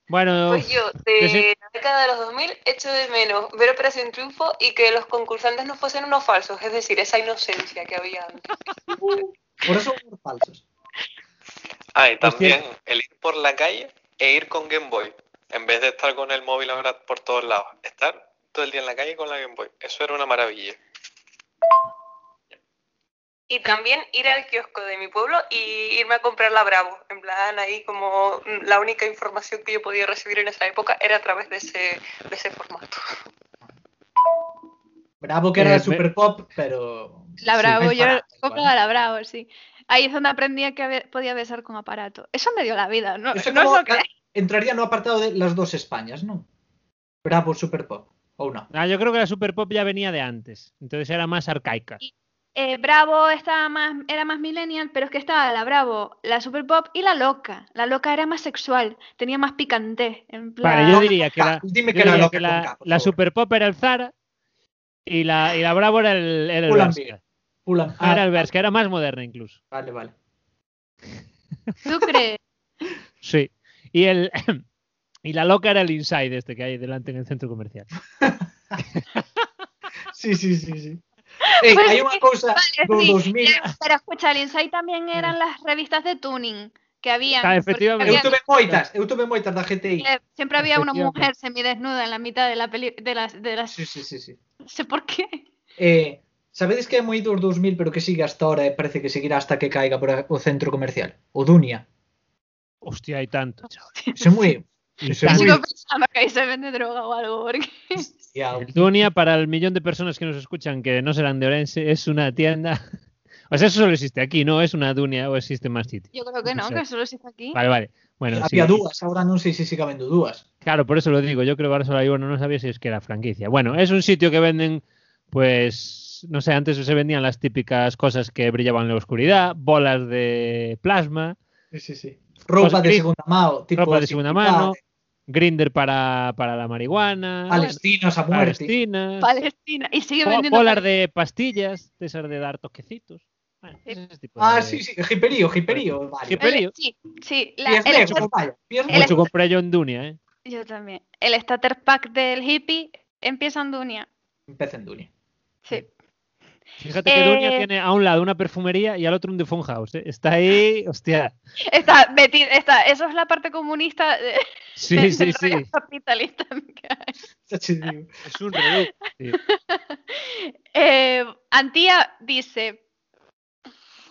Bueno, Pues yo, yo de sí. la década de los 2000, echo de menos ver Operación Triunfo y que los concursantes no fuesen unos falsos, es decir, esa inocencia que había antes. Por eso son falsos. Ah, y Pues también el ir por la calle e ir con Game Boy. En vez de estar con el móvil ahora por todos lados. Estar todo el día en la calle con la Game Boy. Eso era una maravilla. Y también ir al kiosco de mi pueblo y irme a comprar la Bravo. En plan, ahí como mm, la única información que yo podía recibir en esa época era a través de ese, de ese formato. Bravo que Eh, era me- super pop, pero. La sí, Bravo, es yo barato, compraba la Bravo, sí. Ahí es donde aprendí que be- podía besar con aparato. Eso me dio la vida, ¿no? Eso no es como- lo que- Entraría en un apartado de las dos Españas, ¿no? Bravo, super pop. ¿O no? Ah, yo creo que la Super Pop ya venía de antes, entonces era más arcaica. Eh, Bravo estaba más, era más millennial, pero es que estaba la Bravo, la Super Pop y la Loca. La Loca era más sexual, tenía más picante. En plan... Vale, yo diría que la, Ah, Dime yo que la diría loca que con la- K, por la favor. Super Pop era el Zara y la, y la Bravo era el, era el Pull and Bershka. bear. Pulan. Ah, Ah, era el Bershka, era más moderna incluso. Vale, vale. ¿Tú crees? Sí. Y el y la loca era el inside este que hay delante en el centro comercial. Sí, sí, sí, sí. Ey, Pues hay sí, una cosa Vale, do sí, 2000. era- Pero escucha, el Insight también eran las revistas de tuning que habían. Ah, porque efectivamente. Eu había- tuve moitas, eu tuve moitas da GTI. eh, siempre había una Efectivamente. mujer semidesnuda en la mitad de la peli, de las, de las, Sí, sí, sí, sí. no sé por qué. Eh, sabedes que é moi dos 2000, pero que sigue hasta ahora e parece que seguirá hasta que caiga por a- o centro comercial. O Dunia. Hostia, hay tanto. chaval. Eso é moi... Y Eso es tanto. muy- Sigo pensando que ahí se vende droga o algo. porque- Ya, El Dunia, para el millón de personas que nos escuchan que no serán de Orense, es una tienda. O sea, eso solo existe aquí, no es una Dunia o existe en más sitios. Yo creo que no, Sí. que solo se está aquí. Vale, vale. Bueno, Había sí. dúas, agora non sei se siga vendo dúas. Claro, por eso lo digo. Yo creo que ahora solo hay uno, no sabía si es que era franquicia. Bueno, es un sitio que venden, pues, no sé, antes se vendían las típicas cosas que brillaban en la oscuridad, bolas de plasma, Sí, sí, sí. Roupa Pues, de Chris, segunda mano, tipo ropa de así, segunda mano, ah, grinder para, para la marihuana, palestinos a bueno, muerte. palestinas, Palestina. Y sigue bo- vendiendo. bolas de pastillas, de esas de dar toquecitos. Bueno, ese tipo Ah, de- sí, sí, hiperío, hiperío, vale. Hiper- Pelio. Sí, sí. la- Pies el negros, starter- vaya, pies el- Mucho compré yo en Dunia, ¿eh? yo también. El starter pack del hippie empieza en Dunia. Empecen Dunia. Sí. Fíjate que Eh, Dunia tiene a un lado una perfumería y al otro un de Funhouse. ¿eh? Está ahí, hostia. Está meti- está, eso es la parte comunista de- Sí, del sí, sí. rollo capitalista que hay. Es un reloj. Sí. Eh, Antía dice,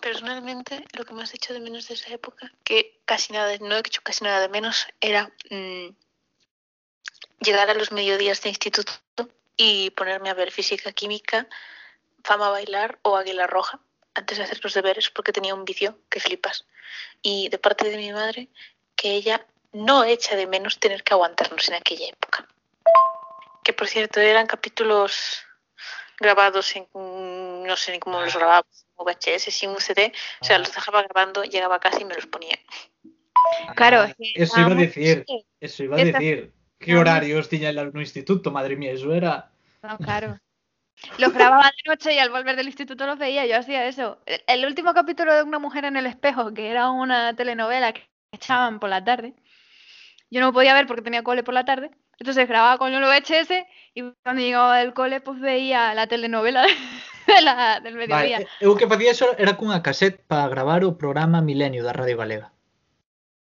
Personalmente, lo que más he hecho de menos de esa época, que casi nada, no he hecho casi nada de menos, era mm, llegar a los mediodías de instituto y ponerme a ver física, química, fama bailar o águila roja antes de hacer los deberes porque tenía un vicio que flipas. Y de parte de mi madre, que ella no echa de menos tener que aguantarnos en aquella época. Que por cierto eran capítulos grabados en, no sé ni cómo los grababa, VHS, sin un CD, o sea, los dejaba grabando, llegaba a casa y me los ponía. claro, es Ah, que eso iba a estábamos- decir. Eso iba a Esta- decir. ¿Qué Vamos. horarios tenía el instituto? Madre mía, eso era. No, claro. Los grababa de noche y al volver del instituto los veía, yo hacía eso. El, el último capítulo de Una mujer en el espejo, que era una telenovela que echaban por la tarde, yo no podía ver porque tenía cole por la tarde, entonces grababa con el VHS y cuando llegaba del cole pues veía la telenovela de la- del mediodía. Vale, eh, eu que facía eso era cunha cassette para gravar o programa Milenio da Radio Galega.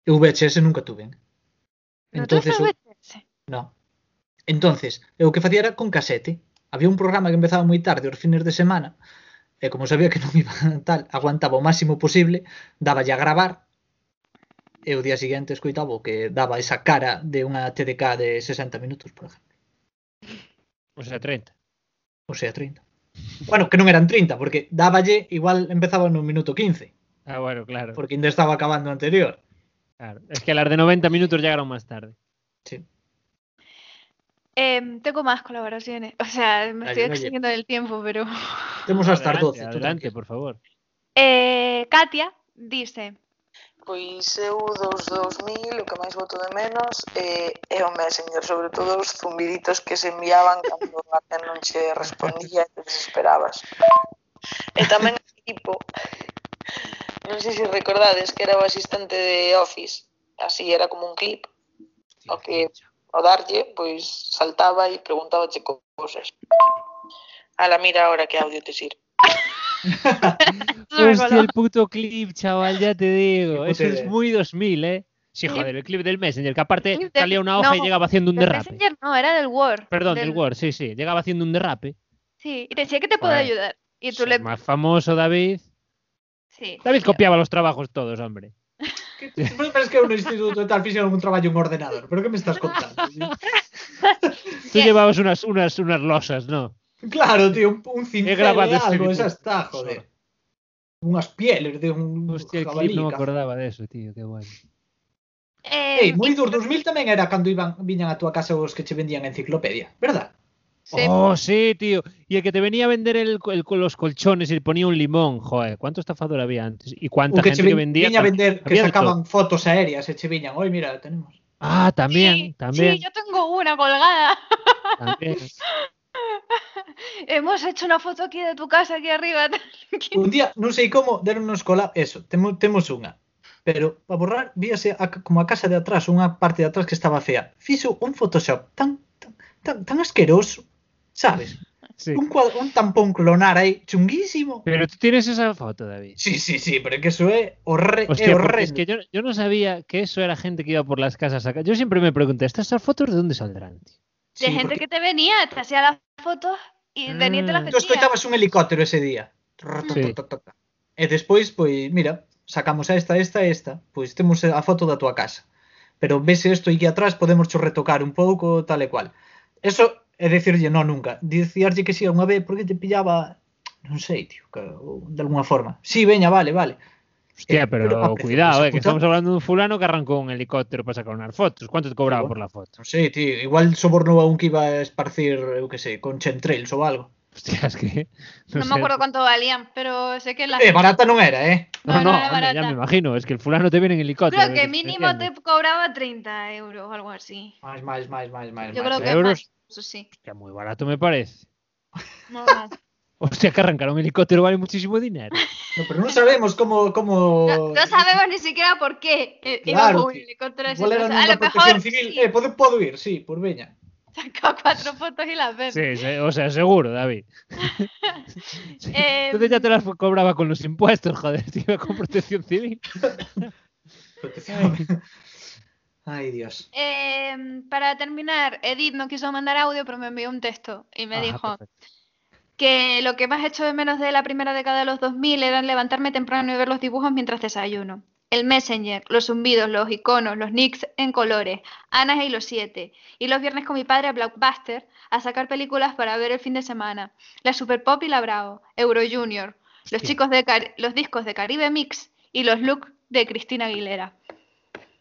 Eu VHS nunca tuve. ¿No tuviste Entonces, eu- VHS? No. Entonces, eu que facía era con casete. Había un programa que empezaba moi tarde, os fines de semana, e como sabía que non iba a tal, aguantaba o máximo posible, daba a gravar, e o día siguiente escoitaba o que daba esa cara de unha TDK de 60 minutos, por exemplo. O sea, 30. Ou sea, 30. Bueno, que non eran 30, porque dáballe, igual empezaba no minuto 15, Ah, bueno, claro. porque ainda estaba acabando o anterior. claro. Es que las de 90 minutos llegaron más tarde. Em, tengo más colaboraciones, o sea, me Dale, estoy oye. extendiendo el tiempo, pero... Temos hasta as adelante, 12. tú adelante, tranquilo. por favor. Eh, Katia dice, Pois eu dos 2000 o que máis voto de menos eh, é o Messenger, sobre todo os zumbiditos que se enviaban cando até non che respondía e te desesperabas. E tamén o Eh, equipo. Non sei se recordades que era bastante de Office, así era como un clip, o que ao darlle, pois saltaba e preguntaba che cousas. A la mira ahora que audio te sirve. Hostia, el puto clip, chaval, ya te digo. Qué Eso puta es idea. muy 2000, ¿eh? Sí, Clip- joder, el clip del Messenger, que aparte clip del- salía una hoja y no, llegaba haciendo un del derrape. Messenger no, era del Word. Perdón, del Word, sí, sí. Llegaba haciendo un derrape. Sí, y te decía que te puedo Joder. ayudar. Y tú Es le... el más famoso, David. Sí. David copiaba los trabajos todos, hombre. Que- Pero es que un instituto tal fixeron un traballo en un ordenador, pero que me estás contando? tío? Tú Yes. llevabas unas, unas, unas losas, ¿no? Claro, tío, un, un cincel de grabado este algo, vídeo. esa está, joder. Unhas pieles de un Hostia, el clip jabalí. no me caza. acordaba de eso, tío, qué bueno. Eh, Ei, moi dos 2000 tamén era cando iban viñan a túa casa os que che vendían a enciclopedia, verdad? sí. Oh, sí, tío. Y el que te venía a vender el, co- el- con los colchones y le ponía un limón, joder, ¿cuánto estafador había antes? ¿Y cuánta O que gente che que ven- vendía? viña a tam- vender que Había de sacaban fotos aéreas e che viñan, oi, mira, tenemos. Ah, Sí, también, también, Sí, yo tengo una colgada. también. Hemos hecho una foto aquí de tu casa, aquí arriba. Un día, non sei como, deronnos cola, eso, temo, temos unha. Pero, para borrar, víase a, ca- como a casa de atrás, unha parte de atrás que estaba fea. Fixo un Photoshop tan, tan, tan, tan asqueroso, sabes? Sí. Un, cuadro, un tampón clonar aí, chunguísimo. Pero tú tienes esa foto, David. Sí, sí, sí, pero é que eso é horre, é Hostia, porque horrendo. es que yo, yo no sabía que eso era gente que iba por las casas acá. Yo siempre me pregunté, ¿estas fotos de dónde saldrán? tío? De Sí, gente porque que te venía, te hacía las fotos y venía y te las Ah. vendía. Tú escoitabas un helicóptero ese día. Mm. Trrr, toc, Sí. toc, toc, toc. E despois, pois, mira, sacamos a esta, esta, e esta. Pois temos a foto da tua casa. Pero ves isto aquí atrás, podemos cho retocar un pouco, tal e cual. Eso é decirlle non nunca. Dicirlle que si sí, unha vez, porque te pillaba, non sei, tío, que, ou de alguna forma. Sí, veña, vale, vale. Hostia, Eh, pero, pero, ah, pero cuidado, esa eh, que puta- estamos hablando de un fulano que arrancó un helicóptero para sacar unas fotos. ¿Cuánto te cobraba Claro. por la foto? Non sei, tío, igual sobornou a un que iba a esparcir, eu que sei, con chemtrails ou algo. Hostia, es que... No sé. me acuerdo cuánto valían, pero sé que las. Eh, barata non era, eh? No, no, era hombre, barata. ya me imagino. Es que el fulano te viene en helicóptero. Creo que ¿me mínimo te entiendes? cobraba 30 euros o algo así. Máis, máis, máis, máis, máis. Yo creo máis. que euros. más. Eso sí. Hostia, muy barato me parece. No, no. Hostia, que arrancar un helicóptero vale muchísimo dinero. No, pero non sabemos como como No, no sabemos ni siquiera por qué eh, iba con Claro, un tío. helicóptero. ese, Igual era entonces, nunha a lo protección mejor. civil. sí. Eh, podo, podo ir, sí, por veña. sacado cuatro fotos y las vende. Sí, se- o sea, seguro, David. Sí, Em, Entonces ya te las cobraba con los impuestos, joder, te iba con protección civil. Ay, Dios. Em, para terminar, Edith no quiso mandar audio, pero me envió un texto y me Ajá, dijo Ah, perfecto. que lo que más hecho de menos de la primera década de los 2000 era levantarme temprano y ver los dibujos mientras desayuno. El Messenger, los zumbidos, los iconos, los nicks en colores, Anas y los siete. Y los viernes con mi padre a Blockbuster a sacar películas para ver el fin de semana. La Super Pop y la Bravo, Euro Junior, los, Hostia. chicos de Car- los discos de Caribe Mix y los looks de Cristina Aguilera.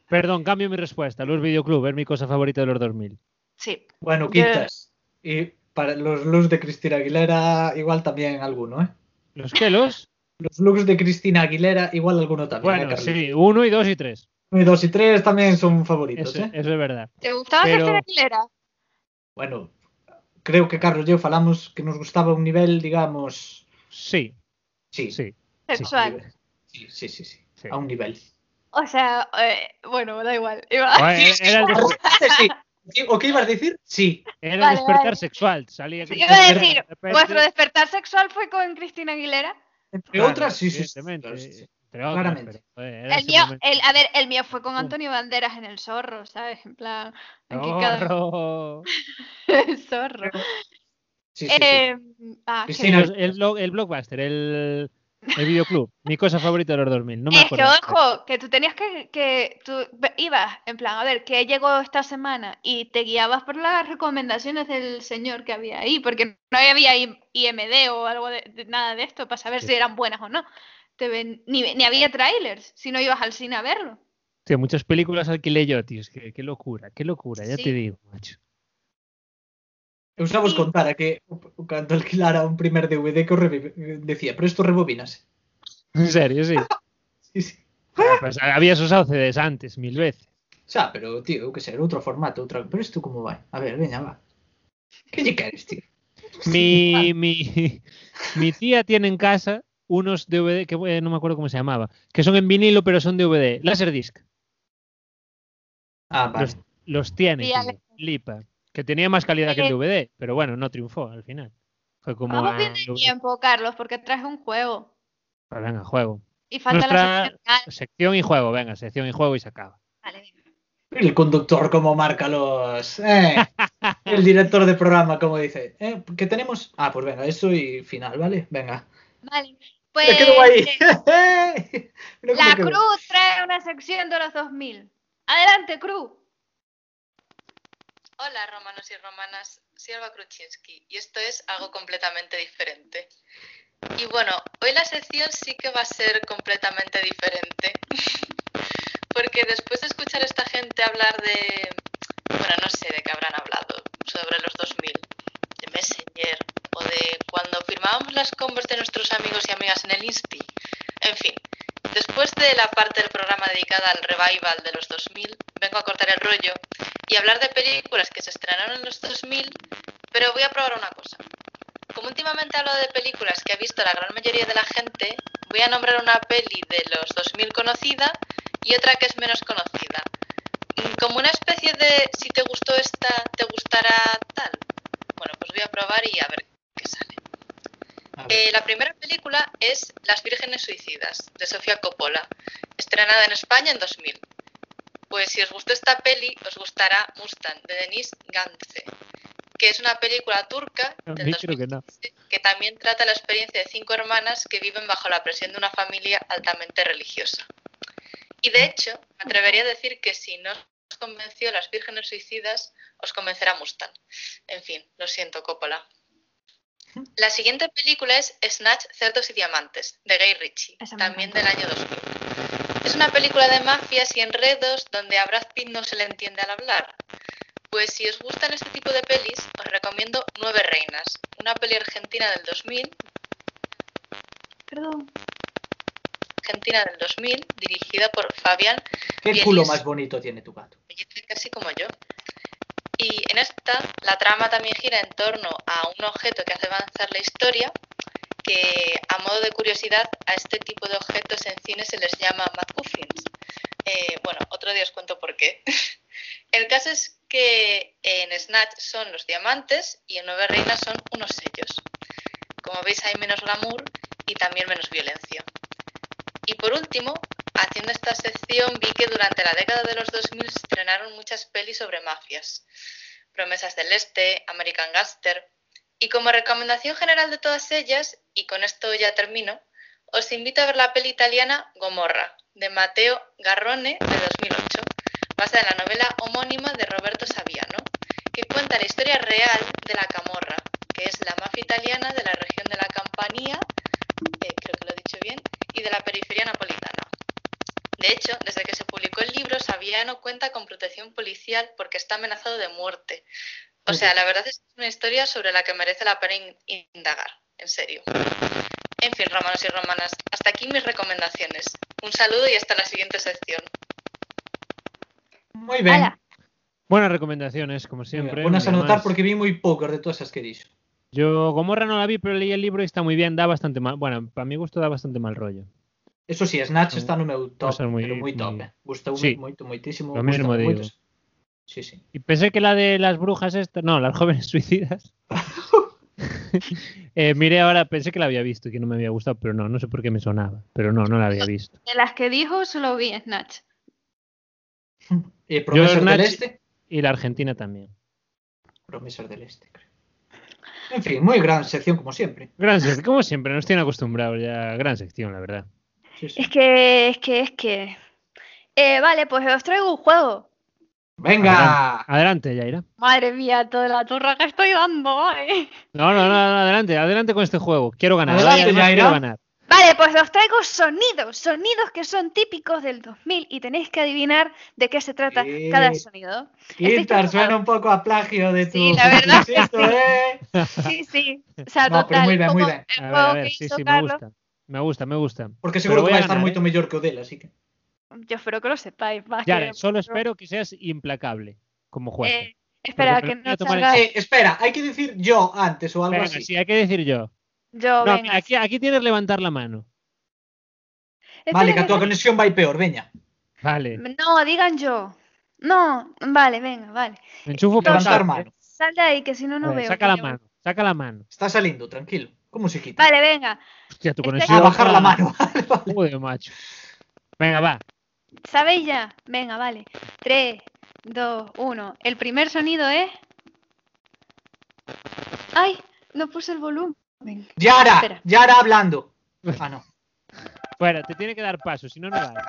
Perdón, cambio mi respuesta. Los Videoclub es mi cosa favorita de los 2000. Sí. Bueno, quitas. Y para los looks de Cristina Aguilera, igual también alguno, ¿eh? ¿Los qué, los? Los looks de Cristina Aguilera, igual alguno también. ¿eh, Bueno, Carlos? sí, uno y dos y tres. Uno y dos y tres también son favoritos, Eso, ¿eh? eso es verdad. ¿Te gustaba Pero- Cristina Aguilera? Bueno, creo que Carlos y yo falamos que nos gustaba un nivel, digamos. Sí, Sí, sí. a un Sexual. nivel. Sí, sí, sí, sí, Sí. A un nivel. O sea, eh, bueno, da igual. Iba- Bueno, Era el, des- Sí. ¿O qué ibas a decir? Sí. era el Vale, despertar vale. sexual. Salía Yo iba a Cristina decir, de repente, vuestro despertar sexual fue con Cristina Aguilera. Entre claro, otras, sí, sí. sí, evidentemente, sí, sí. entre otras, claramente. pero, joder, era El ese mío, momento. el, a ver, el mío fue con Antonio Banderas en El Zorro, ¿sabes? En plan, aquí cada... Zorro. El Zorro. Sí, sí, sí. Eh, ah, qué Cristina, bien. Los- Pues el, blo- el blockbuster, el, el videoclub. mi cosa favorita de los 2000. No me es que, acuerdo. ojo, que tú tenías que, que tú ve- ibas, en plan, a ver, ¿qué llegó esta semana? Y te guiabas por las recomendaciones del señor que había ahí, porque no había I- IMD o algo de, de- nada de esto para saber Sí. si eran buenas o no. Te ven- ni, ni había trailers, si no ibas al cine a verlo. Tío, muchas películas alquilé yo, tío. Es que, qué locura, qué locura, ya Sí. te digo, macho. E usamos Sí. contar a que o- cando alquilara un primer DVD que o revi- decía, pero esto rebobínase. En serio, sí. Sí, sí. Pues habías usado CDs antes, mil veces. Xa, pero tío, eu que sei, era outro formato, outra, pero isto como vai? A ver, veña, va. Que lle queres, tío? Mi, mi, mi tía tiene en casa unos DVD, que eh, no me acuerdo cómo se llamaba, que son en vinilo, pero son DVD. Laserdisc. Ah, vale. Los, los tiene, Tía, tío, Lipa. Que tenía más calidad que el DVD, pero bueno, no triunfó al final. Fue como Vamos a, viendo el tiempo, Carlos, porque traje un juego. Pues venga, juego. Y falta Nuestra- la sección final. Sección y juego, venga, sección y juego y se acaba. Vale, venga. El conductor como marca los... Eh, el director de programa como dice, eh, que tenemos? Ah, pues venga, eso y final, vale? Venga. Vale. Me quedo ahí. Pues eh, Mira cómo la quedo. Cruz trae una sección de los 2000. Adelante, Cruz. Hola romanos y romanas, soy Alba Kruczynski y esto es algo completamente diferente. Y bueno, hoy la sección sí que va a ser completamente diferente, porque después de escuchar a esta gente hablar de, bueno, no sé de qué habrán hablado, sobre los 2000, de Messenger o de cuando firmábamos las converse de nuestros amigos y amigas en el Insti, en fin. Después de la parte del programa dedicada al revival de los 2000, vengo a cortar el rollo y hablar de películas que se estrenaron en los 2000, pero voy a probar una cosa. Como últimamente hablo de películas que ha visto la gran mayoría de la gente, voy a nombrar una peli de los 2000 conocida y otra que es menos conocida. Mm, Como una especie de si te gustó esta, te gustará tal. Bueno, pues voy a probar y a ver qué sale. A ver, Eh, la primera película es Las Vírgenes Suicidas, de Sofía Coppola, estrenada en España en 2000. Pues si os gustó esta peli, os gustará Mustang, de Denis Gantze, que es una película turca A del mí creo que 2015, no. que también trata la experiencia de cinco hermanas que viven bajo la presión de una familia altamente religiosa. Y de hecho, me atrevería a decir que si no os convenció Las Vírgenes Suicidas, os convencerá Mustang. En fin, lo siento, Coppola. La siguiente película es Snatch, Cerdos y Diamantes, de Gay Ritchie, Esa me también del encanta. año 2000. Es una película de mafias y enredos donde a Brad Pitt no se le entiende al hablar. Pues si os gustan este tipo de pelis, os recomiendo Nueve Reinas, una peli argentina del 2000, Perdón. argentina del 2000, dirigida por Fabián ¿Qué bien, culo es- más bonito tiene tu gato? Mellizas casi como yo. Y en esta, la trama también gira en torno a un objeto que hace avanzar la historia, que a modo de curiosidad, a este tipo de objetos en cine se les llama McGuffins. Eh, bueno, otro día os cuento por qué. El caso es que en Snatch son los diamantes y en Nueve Reinas son unos sellos. Como veis hay menos glamour y también menos violencia. Y por último, haciendo esta sección vi que durante la década de los 2000 se estrenaron muchas pelis sobre mafias. Promesas del Este, American Gangster. Y como recomendación general de todas ellas, y con esto ya termino, os invito a ver la peli italiana Gomorra, de Matteo Garrone, de 2008, basada en la novela homónima de Roberto Saviano, que cuenta la historia real de la Camorra, que es la mafia italiana de la región de la Campania, eh, creo que lo he dicho bien, y de la periferia napolitana. De hecho, desde que se publicó el libro, Saviano cuenta con protección policial porque está amenazado de muerte. O sea, la verdad es que es una historia sobre la que merece la pena in- indagar, en serio. En fin, romanos y romanas, hasta aquí mis recomendaciones. Un saludo y hasta la siguiente sección. Muy ben. Ala. Buenas recomendaciones, como siempre. Buenas a una notar más. porque vi moi poucas de todas as que dixo. Yo Gomorra no la vi, pero leí el libro y está muy bien, da bastante mal. Bueno, para mi gusto da bastante mal rollo. Eso sí, Mm, Snatch está no meu top, Cosas moi- pero moi top. moi- eh. Gustoume Sí. moito, moitísimo. Lo mismo gustoume digo. moito. Sí, sí. Y pensé que la de las brujas esta, no, las jóvenes suicidas. Eh, miré ahora, pensé que la había visto y que no me había gustado, pero no, no sé por qué me sonaba, pero no, no la había visto. De las que dijo, solo vi Snatch. E Yo Promesas del Snatch Este. y la Argentina también. Promesas del Este, creo. En fin, moi gran sección como siempre. Gran sección, como siempre, nos tienen acostumbrados ya, gran sección, la verdad. Sí, sí. Es que, es que, es que. Eh, vale, pues os traigo un juego. Venga. Adelante, Yaira. Madre mía, toda la turra que estoy dando. vale. No, no, no, no, adelante, adelante con este juego. Quiero ganar. Adelante, además Yaira. quiero ganar. Vale, pues os traigo sonidos, sonidos que son típicos del 2000 y tenéis que adivinar de qué se trata Sí. cada sonido. Quitar, suena un pouco a plagio de tu... Sí, la verdad que Insisto, sí. eh. Sí, sí. O sea, No, pero total. muy ben, muy como ben. el A ver, juego a ver, que sí, hizo sí, me Carlos, gusta. Me gusta, me gusta. Porque Pero seguro voy a que vai estar ganar, moito ¿eh? mellor que o dela, así que... yo espero que lo sepáis. Más Yaira, que- solo espero que seas implacable como juez. Eh, espera, Porque me que lo voy no a tomar en salga Eh, espera, hay que decir yo antes o algo Venga, así. sí, hay que decir yo. yo. No, venga. aquí, aquí tienes levantar la mano. Vale, Espera, que a tua espera. conexión vai peor, veña. Vale. No, digan yo. No, vale, venga, vale. Me enchufo por cable. Levantar mano. Sal de ahí, que si no, A no ver, veo. saca la coño. mano, saca la mano. Está saliendo, tranquilo. ¿Cómo se quita? Vale, venga. Hostia, tu Estoy- conexión. Ah, bajar la está- mano. Vale, vale. Joder, macho. Venga, va. ¿Sabéis ya? Venga, vale. 3, 2, 1. El primer sonido es. ¡Ay! No puse el volumen. Yara, Espera. Yara hablando. Ah, no. Fuera, te tiene que dar paso, si no, no vale.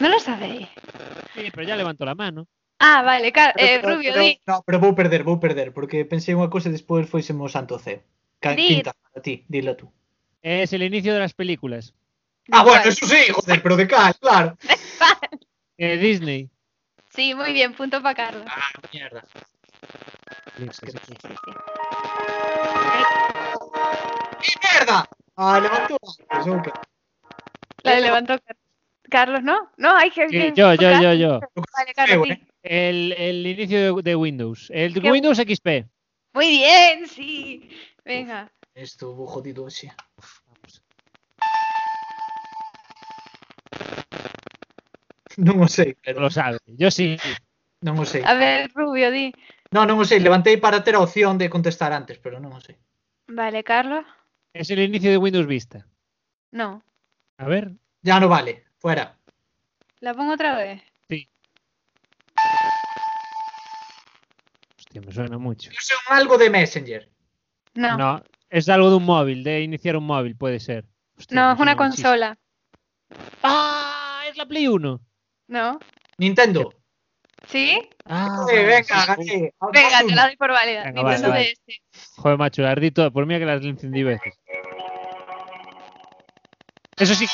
No lo sabéis. Sí, pero ya levanto la mano. Ah, vale, ca- eh, Pero- Rubio, pero- di. No, pero vou perder, vou perder, porque pensei unha cousa e despois foisemos santo ceo. Ca- Di. Quinta, para ti, dila tú. Es el inicio de las películas. Ah, bueno, Vale. eso sí, joder, pero de cal, claro. Eh, Disney. Sí, muy bien, punto para Carlos. Ah, mierda. Sí, sí, sí. ¡Mierda! Ah, levantó antes, ok. La levantó Car- Carlos, ¿no? No, hay que. Sí, yo, yo, yo, yo. Vale, Carlos, Eh, sí. El, el inicio de, de Windows. El ¿Qué? Windows XP. Muy bien, sí. Venga. Estuvo jodido, sí. Non o sei, No pero lo sabe. Yo sí. non o sei. A ver, Rubio, di. Non, non o sei, levantei para ter a opción de contestar antes, pero non o sei. Vale, Carlos. Es el inicio de Windows Vista. No. A ver. Ya no vale, fuera. ¿La pongo otra vez? Hostia, me suena mucho. Yo sé un algo de Messenger. No. No, No, es algo de un móvil, de iniciar un móvil, puede ser. Hostia, me es una suena muchísimo. consola. ¡Ah! Es la Play 1. No. Nintendo. ¿Sí? Ah, Eh, venga, sí, sí. gané. Venga, te la doy por válida. Venga, vale, Nintendo vale. DS. Joder, macho, las di todas, por mí que las encendí veces. Eso sí,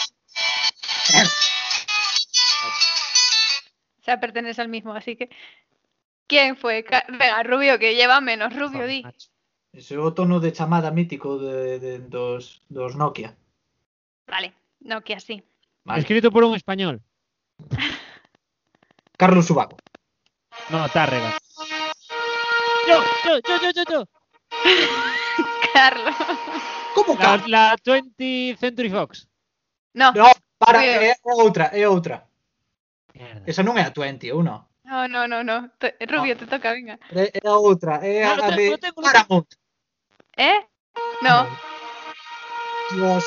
O sea, pertenece al mismo, así que. ¿Quién fue? Ca- Venga, Rubio, que lleva menos. Rubio, Joder, di. macho. Ese é o tono de chamada mítico de, de, dos, dos Nokia. Vale. No, que así. Vale. escrito por un español. Carlos Subaco. No, Tárrega. Yo, yo, yo, yo, yo, yo. olvidarlo. Como La, ca? la 20th Century Fox. No, No, para, eh, Cuidado. é, é outra, é outra. Mierda. Esa non é a 20, ou non? no, no, no. no. Te- Rubio, te toca, venga. É é a outra, é a, Claro, te- a de eu tengo- Paramount. ¿Eh? No. Dios.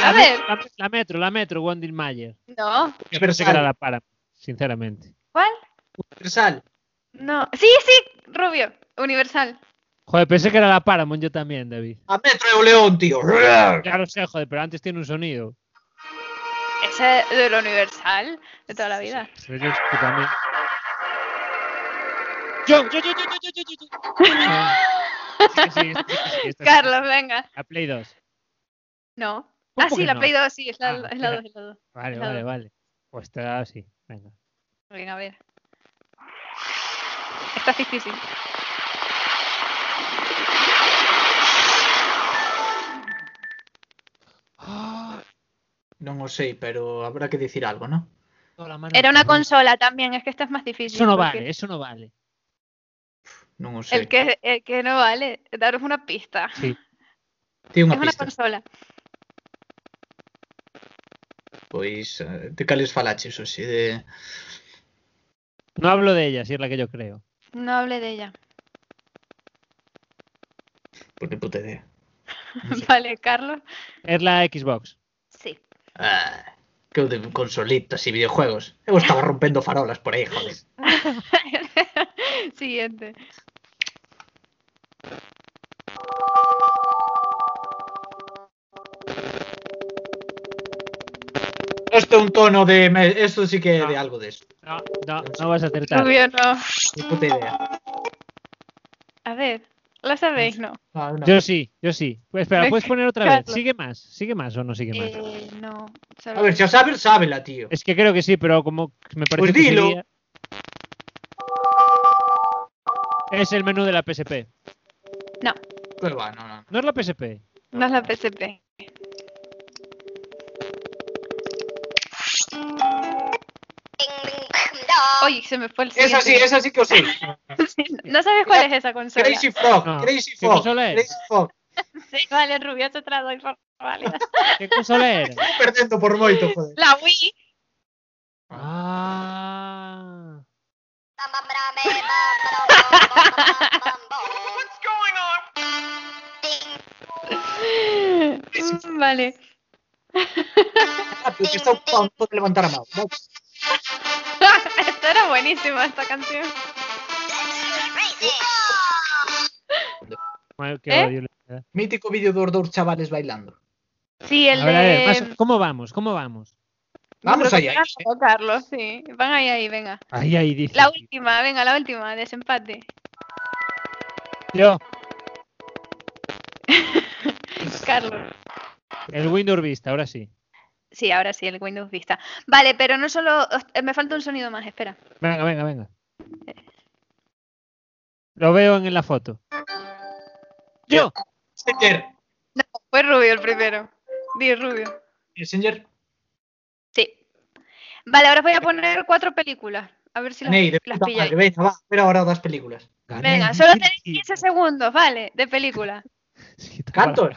La A ver. La, la metro, la metro, Wendell Mayer. No. Yo Pero pensé que era sale. la para, sinceramente. ¿Cuál? Universal. No. Sí, sí, Rubio. Universal. Joder, pensé que era la Paramount yo también, David. A Metro e o León, tío. Ya lo sé, joder, pero antes tiene un sonido. Ese es de lo universal de toda la vida. Pero yo es que también. Yo, yo, yo, yo, yo, yo, yo, yo, yo. Ah, Sí, sí, sí, sí, sí, esta es Carlos, venga. La Play 2. No. ¿Cómo Ah, sí, que la no? Play 2, sí, es la 2, Ah, es la espera. 2, es la 2. Vale, Claro. vale, vale. Pues te da así. Venga. Venga, a ver. Esta es difícil. Non o sei, pero habrá que dicir algo, non? Toda la mano Era una perdida. consola también, es que esta es más difícil. Eso no porque vale, eso no vale. Non o sei. El que, el que no vale, daros una pista. Sí. Ti unha es una pista. consola. Pois, eh, de cales falaches, o xe, de... No hablo de ella, si es la que yo creo. No hable de ella. Por que puta idea. Vale, Carlos. Es la Xbox. Sí. Ah, que eu de consolitas e videojuegos. Eu estaba rompendo farolas por aí, joder. Siguiente. Este é un tono de... me- Esto sí que é de algo deso. No, no, no vas a acertar. Rubio, no. Ni puta idea. A ver, ¿la sabéis? No. Ah, una- Yo sí, yo sí. Pues espera, Venga, puedes poner otra vez. Carlos. ¿Sigue más? ¿Sigue más o no sigue más? Eh, no. solo- A ver, se a saber, sábela, tío. Es que creo que sí, pero como me parece Pues que dilo. seguía- Es el menú de la PSP. Pero va, no, no. No es la PSP. No es la PSP. Oye, se me fue el Esa sí, siguiente. esa sí que o sei. No sabes cuál es esa consola. Crazy Frog, No. Crazy ¿Qué Frog, consola es? Crazy Frog. Sí, vale, Rubio, te trato doy por válida. ¿Qué consola era? Estou perdendo por moito, joder. La Wii. Ah. Mm, Vale. Rápido, Ah, que está ocupado, non pode levantar a mão. Vamos. Esta era buenísima esta canción. Madre, qué ¿Eh? odio le da. Mítico vídeo dos dous chavales bailando. Sí, el A ver, a ver, de. más- ¿cómo vamos? ¿Cómo vamos? Vamos eh. Creo que allá, Carlos, Carlos, sí. Van ahí, ahí, venga. Ahí, ahí dice. La última, venga, la última, desempate. Yo, Carlos. el Windows Vista, ahora sí. Sí, ahora sí, el Windows Vista. Vale, pero no solo. host- Me falta un sonido más, espera. Venga, venga, venga. Lo veo en la foto. Yo. Messenger. Fue Rubio el primero. Di Rubio. Messenger. Sí. Vale, ahora os voy a poner cuatro películas. A ver si las, Ney, de las puta pilláis. madre, venga, va, pero ahora das películas. Venga, solo tenéis 15 segundos, vale, de película. ¿Cantos?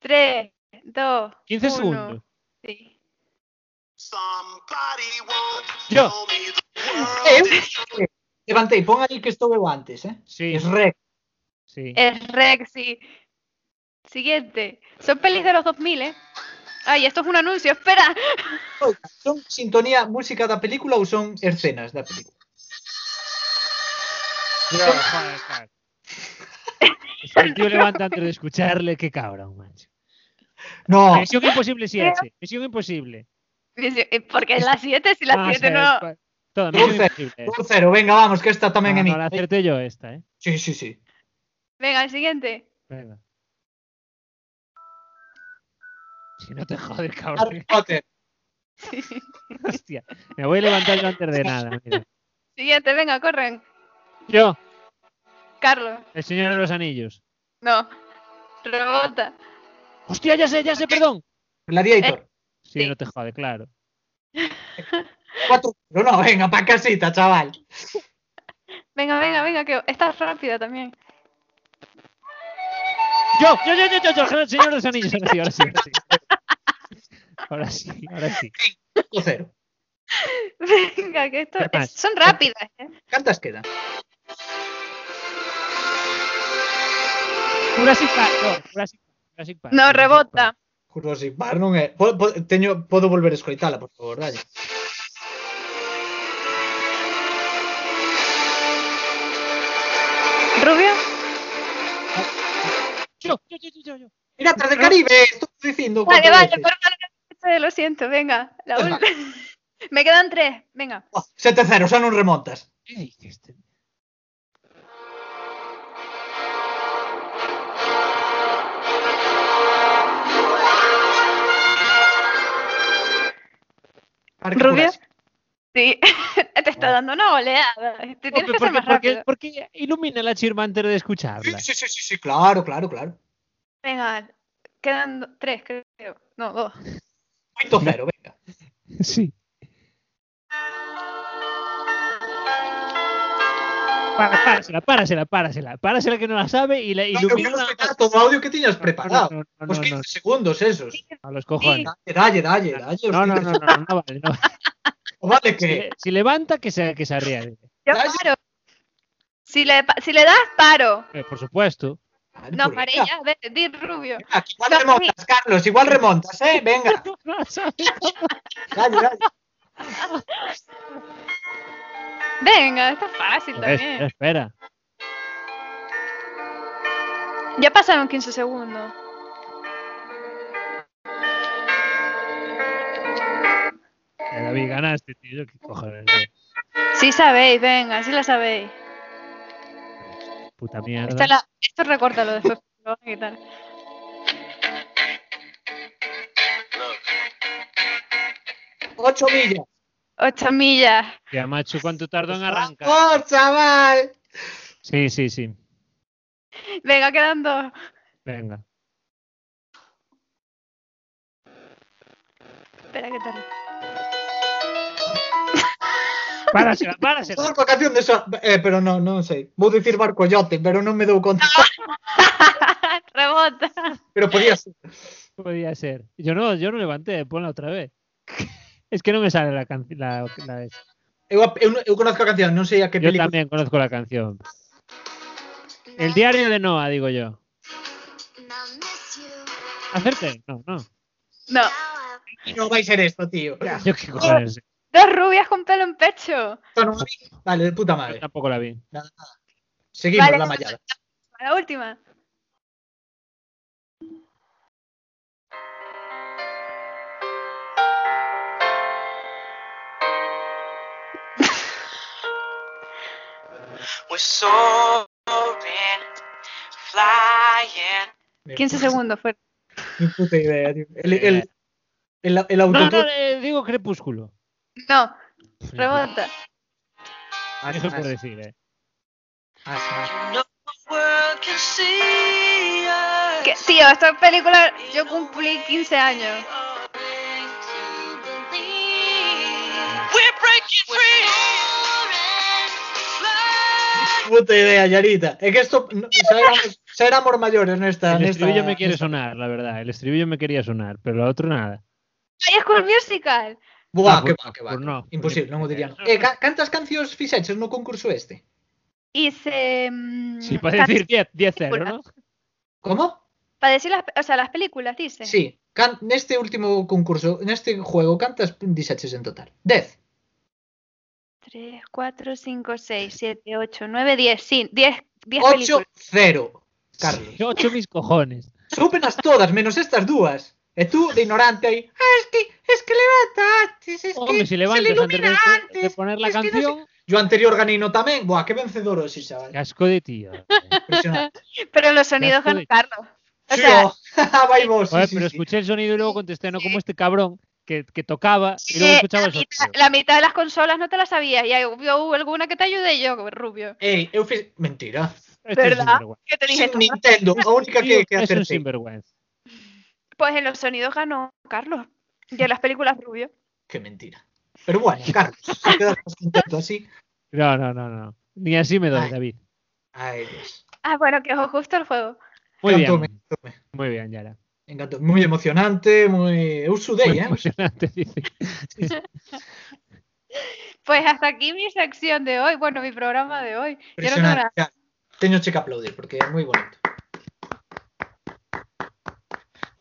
3, 2, 15 segundos. Sí. Yo. Eh, Levantei, pon aí que estou eu antes, eh? Sí, Es rec. sí. Es Rexy. Siguiente. Son pelis de los 2000, ¿eh? Ay, esto es un anuncio, espera. Son sintonía música da película ou son escenas da película? Yo, joder, joder. Es que el tío levanta antes de escucharle. Qué cabrón, macho. No, Misión imposible 7. Misión imposible. Dice, eh, Porque es las 7, si Ah, las 7 sí, no. pa- Toda, misión Dulce, imposible. 2-0, venga, vamos, que esta tamén Ah, é no, mía. la acerté yo esta, eh. Sí, sí, sí. Venga, el siguiente. Venga. Si no te jodes, Harry cabrón. Potter. Hostia. Me voy a levantar yo antes de nada. mira. Siguiente, venga, corren. Yo, Carlos. el señor de los anillos. No. Rebota. Hostia, ya sé, ya sé, perdón. Gladiator. Sí, Sí. no te jode, claro. 4 no, venga, pa casita, chaval. Venga, venga, venga, que estás rápida también. Yo, yo, yo, yo, yo, yo, el señor de los anillos. Ahora sí, ahora sí, ahora sí. Ahora sí, O cero. Venga, que esto ¿Qué más? es- son rápidas. ¿eh? ¿Cantas queda? Jurassic Park, no, Jurassic Park, Jurassic Park. No Jurassic rebota. Park. Jurassic Park non é. Po, po, teño, podo volver a escoitala, por favor, dalle. Rubio, Yo, yo, yo, yo, yo, yo. Piratas del Caribe, estou dicindo. Vale, cuatro vale, veces. perdón, eh, lo siento, venga. la Pues última. Me quedan tres, venga. Oh, Sete cero, xa non remontas. ¿Qué dices? Parque Rubio. Jurásico. Sí, te está dando una oleada. Te tienes que porque, ser más porque, rápido. porque ilumina la chirma antes de escucharla. Sí, sí, sí, sí, sí, claro, claro, claro. Venga, quedan do- tres, creo. No, dos. 8 cero, venga. Sí. Para- Párasela, párasela, párasela. Párasela que no la sabe y la No, eu ilumina. quero escoitar todo o audio que tiñas preparado. Pues No, no, no, Os no, no, 15 segundos esos. a los cojones. Dalle, dalle, dalle, dalle. os No, no, 15 no, no, no, no vale. no. O vale Si, que le- si levanta, que se, que se arriesgue. Yo Gracias. paro. Si le, pa- si le das, paro. Eh, por supuesto. Vale, No, pues paré venga, ya. A ver, di rubio. venga, que Igual remontas, Carlos, igual remontas, eh, venga. No la sabe. Dalle, dalle. Venga, está fácil Espera, espera, también. espera. Ya pasaron 15 segundos. Eh, David, ganaste, tío. ¿Qué cojones? eh? Sí sabéis, venga, sí la sabéis. Puta mierda. Esta la- esto recórtalo después. porque lo van a quitar. Ocho millas. Ocho millas. Ya, macho, ¿cuánto tardó en arrancar? ¡Oh, chaval! Sí, sí, sí. Venga, quedan dos. Venga. Espera, ¿qué tal? Párasela, párasela. Barco a canción de so... Eh, pero non, non sei. Vou dicir barcoyote, pero non me dou conta. Rebota. Pero podía ser. Podía ser. Yo no, yo no levanté, ponla otra vez. Es que no me sale la canción. Eu, ap- eu, non- eu conozco a canción, non sei a que Yo película. también conozco la canción. El diario de Noah, digo yo. Acerté. No, no. No. Non vai ser esto, tío. Yo qué cojones. sé. Dos rubias con pelo en pecho. Esto non vi. Vale, de puta Yo madre. tampoco la vi. Nada, nada. Seguimos Vale. la mallada. La última. We're soaring, flying. 15 segundos fue. Ni puta idea, tío. El, el, el, el, Eh. No, no, autotune- eh, digo crepúsculo. No, rebota. Más, Eso por más, decir, eh. más, más. No world can see us. Que- tío, esta película yo cumplí 15 años. We're breaking free. Puta idea, Yarita. É que esto no, xa, éramos, xa éramos maiores nesta... El nesta estribillo me quiere nesta- sonar, la verdad. El estribillo me quería sonar, pero lo otro nada. High School Musical. Buah, Ah, que pues- va, que va. pues no, pues Imposible, ni non o puta dirían. idea. Eh, ca cantas cancións fixeches no concurso este? Hice. mm, Sí, para decir 10, 10 0, ¿no? Como? Para decir las, o sea, las películas, dice. Sí, can, neste último concurso, neste juego, cantas dixaches en total? 10. 3, 4, 5, 6, 7, 8, 9, 10. Sí, 10, 10 8, películas. 0. Carlos. 8 mis cojones. Súpenas todas, menos estas dúas. E tú, de ignorante aí, ah, es que, es que levantaste, es Hombre, que si se le levantas antes ilumina de, antes. de poner la es que no sé". canción, Yo anterior ganino tamén. Buah, que vencedor hoxe, chaval. casco de tío. Impresionante. Pero los sonidos Ya ganó estoy. Carlos. O Sí, sea, oh, vai vos, sí, Joder, sí, pero sí. escuché el sonido y luego contesté, no como este cabrón que, que tocaba y luego eh, escuchaba la, el mitad, sonido. la mitad de las consolas no te las sabías. Y ahí hubo hubo alguna que te ayudé yo, rubio. Ei, eu fiz... Mentira. Este es un ¿Verdad? sinvergüenza. Que te dije, Sin esto no- Nintendo, a única Tío, que, que es un acertei. sinvergüenza. pues en los sonidos ganó Carlos. Y en las películas rubio. Que mentira. Pero bueno, Carlos, se quedas contento así. No, no, no, no. Ni así me doy, Ay. David. Ay, Dios. Ah, bueno, que os gusta el juego. Muy Encantó, bien. me encantó, me Muy bien, Yara. encantó. Muy emocionante, muy. It was today, Muy ¿eh? emocionante, dice. Pues hasta aquí mi sección de hoy, bueno, mi programa de hoy. Quiero Impresionante. Ya, Teño che que aplaudir porque é moi bonito.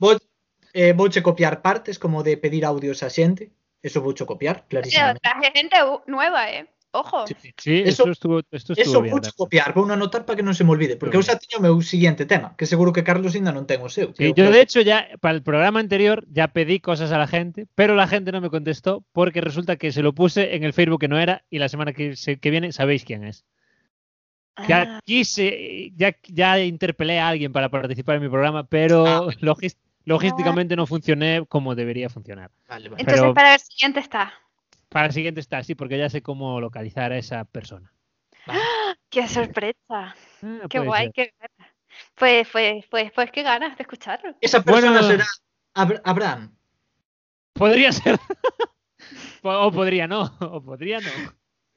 Vou, eh, vouche copiar partes como de pedir audios a xente. Eso vouche copiar, clarísimamente. traje gente u- nueva, ¿eh? Ojo. Sí, sí. Sí, Eso- eso, estuvo, esto estuvo Eso bien. vouche David. copiar, vou anotar para que non se me olvide, porque eu xa teño o meu siguiente tema, que seguro que Carlos ainda non ten o seu. Sí, Eh, que yo eu- de hecho ya para el programa anterior ya pedí cosas a la gente, pero la gente no me contestó porque resulta que se lo puse en el Facebook que no era y la semana que, se- que viene sabéis quién es. Ah. Ya quise, ya, ya interpelé a alguien para participar en mi programa, pero Ah. logis- logísticamente Ah. no funcioné como debería funcionar. Vale, vale. Entonces Pero- para el siguiente está. Para el siguiente está así porque ya sé cómo localizar a esa persona. ¡Qué sorpresa! Ah, ¡Qué puede guay! ser. Qué... gana. Pues, pues, pues, pues, qué ganas de escucharlo. Esa persona Bueno. será Abr Abraham. Podría ser. o podría no, o podría no.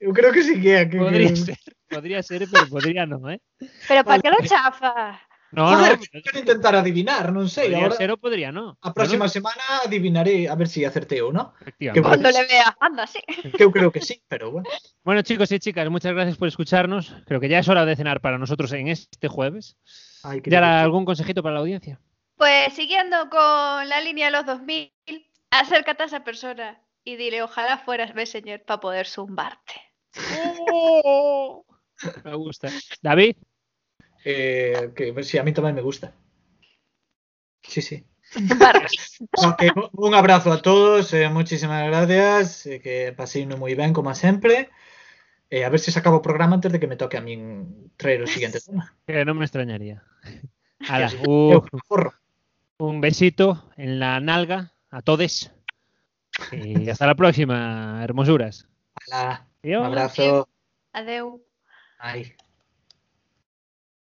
Eu creo que sí que é. Que, Podría que... ser, podría ser, pero podría no, ¿eh? Pero ¿para qué lo chafas? No, Joder, no, quero intentar adivinar, non sei. podría Agora, ser o podría no. a próxima semana adivinaré a ver se si acertei ou non. Efectivamente. Bueno. Cuando le veas, anda, sí. Que eu creo que sí, pero bueno. Bueno, chicos y chicas, muchas gracias por escucharnos. Creo que ya es hora de cenar para nosotros en este jueves. Ay, que Yara, ¿algún consejito para la audiencia? Pues siguiendo con la línea de los 2000, acércate a esa persona y dile, ojalá fueras Messenger para poder zumbarte. ¡Oh! Me gusta. David, Eh, que si a mí tamén me gusta. Sí, sí. Zumbar. Ok, un- un abrazo a todos, eh, muchísimas gracias, eh, que paséis moi ben como sempre. Eh, a ver se se acaba o programa antes de que me toque a min traer o siguiente tema. que no me extrañaría. Ala, Sí, sí. un, Eu corro. un besito en la nalga a todos. Y hasta la próxima, hermosuras. Ala, un Adiós. abrazo. Adeu. Ay.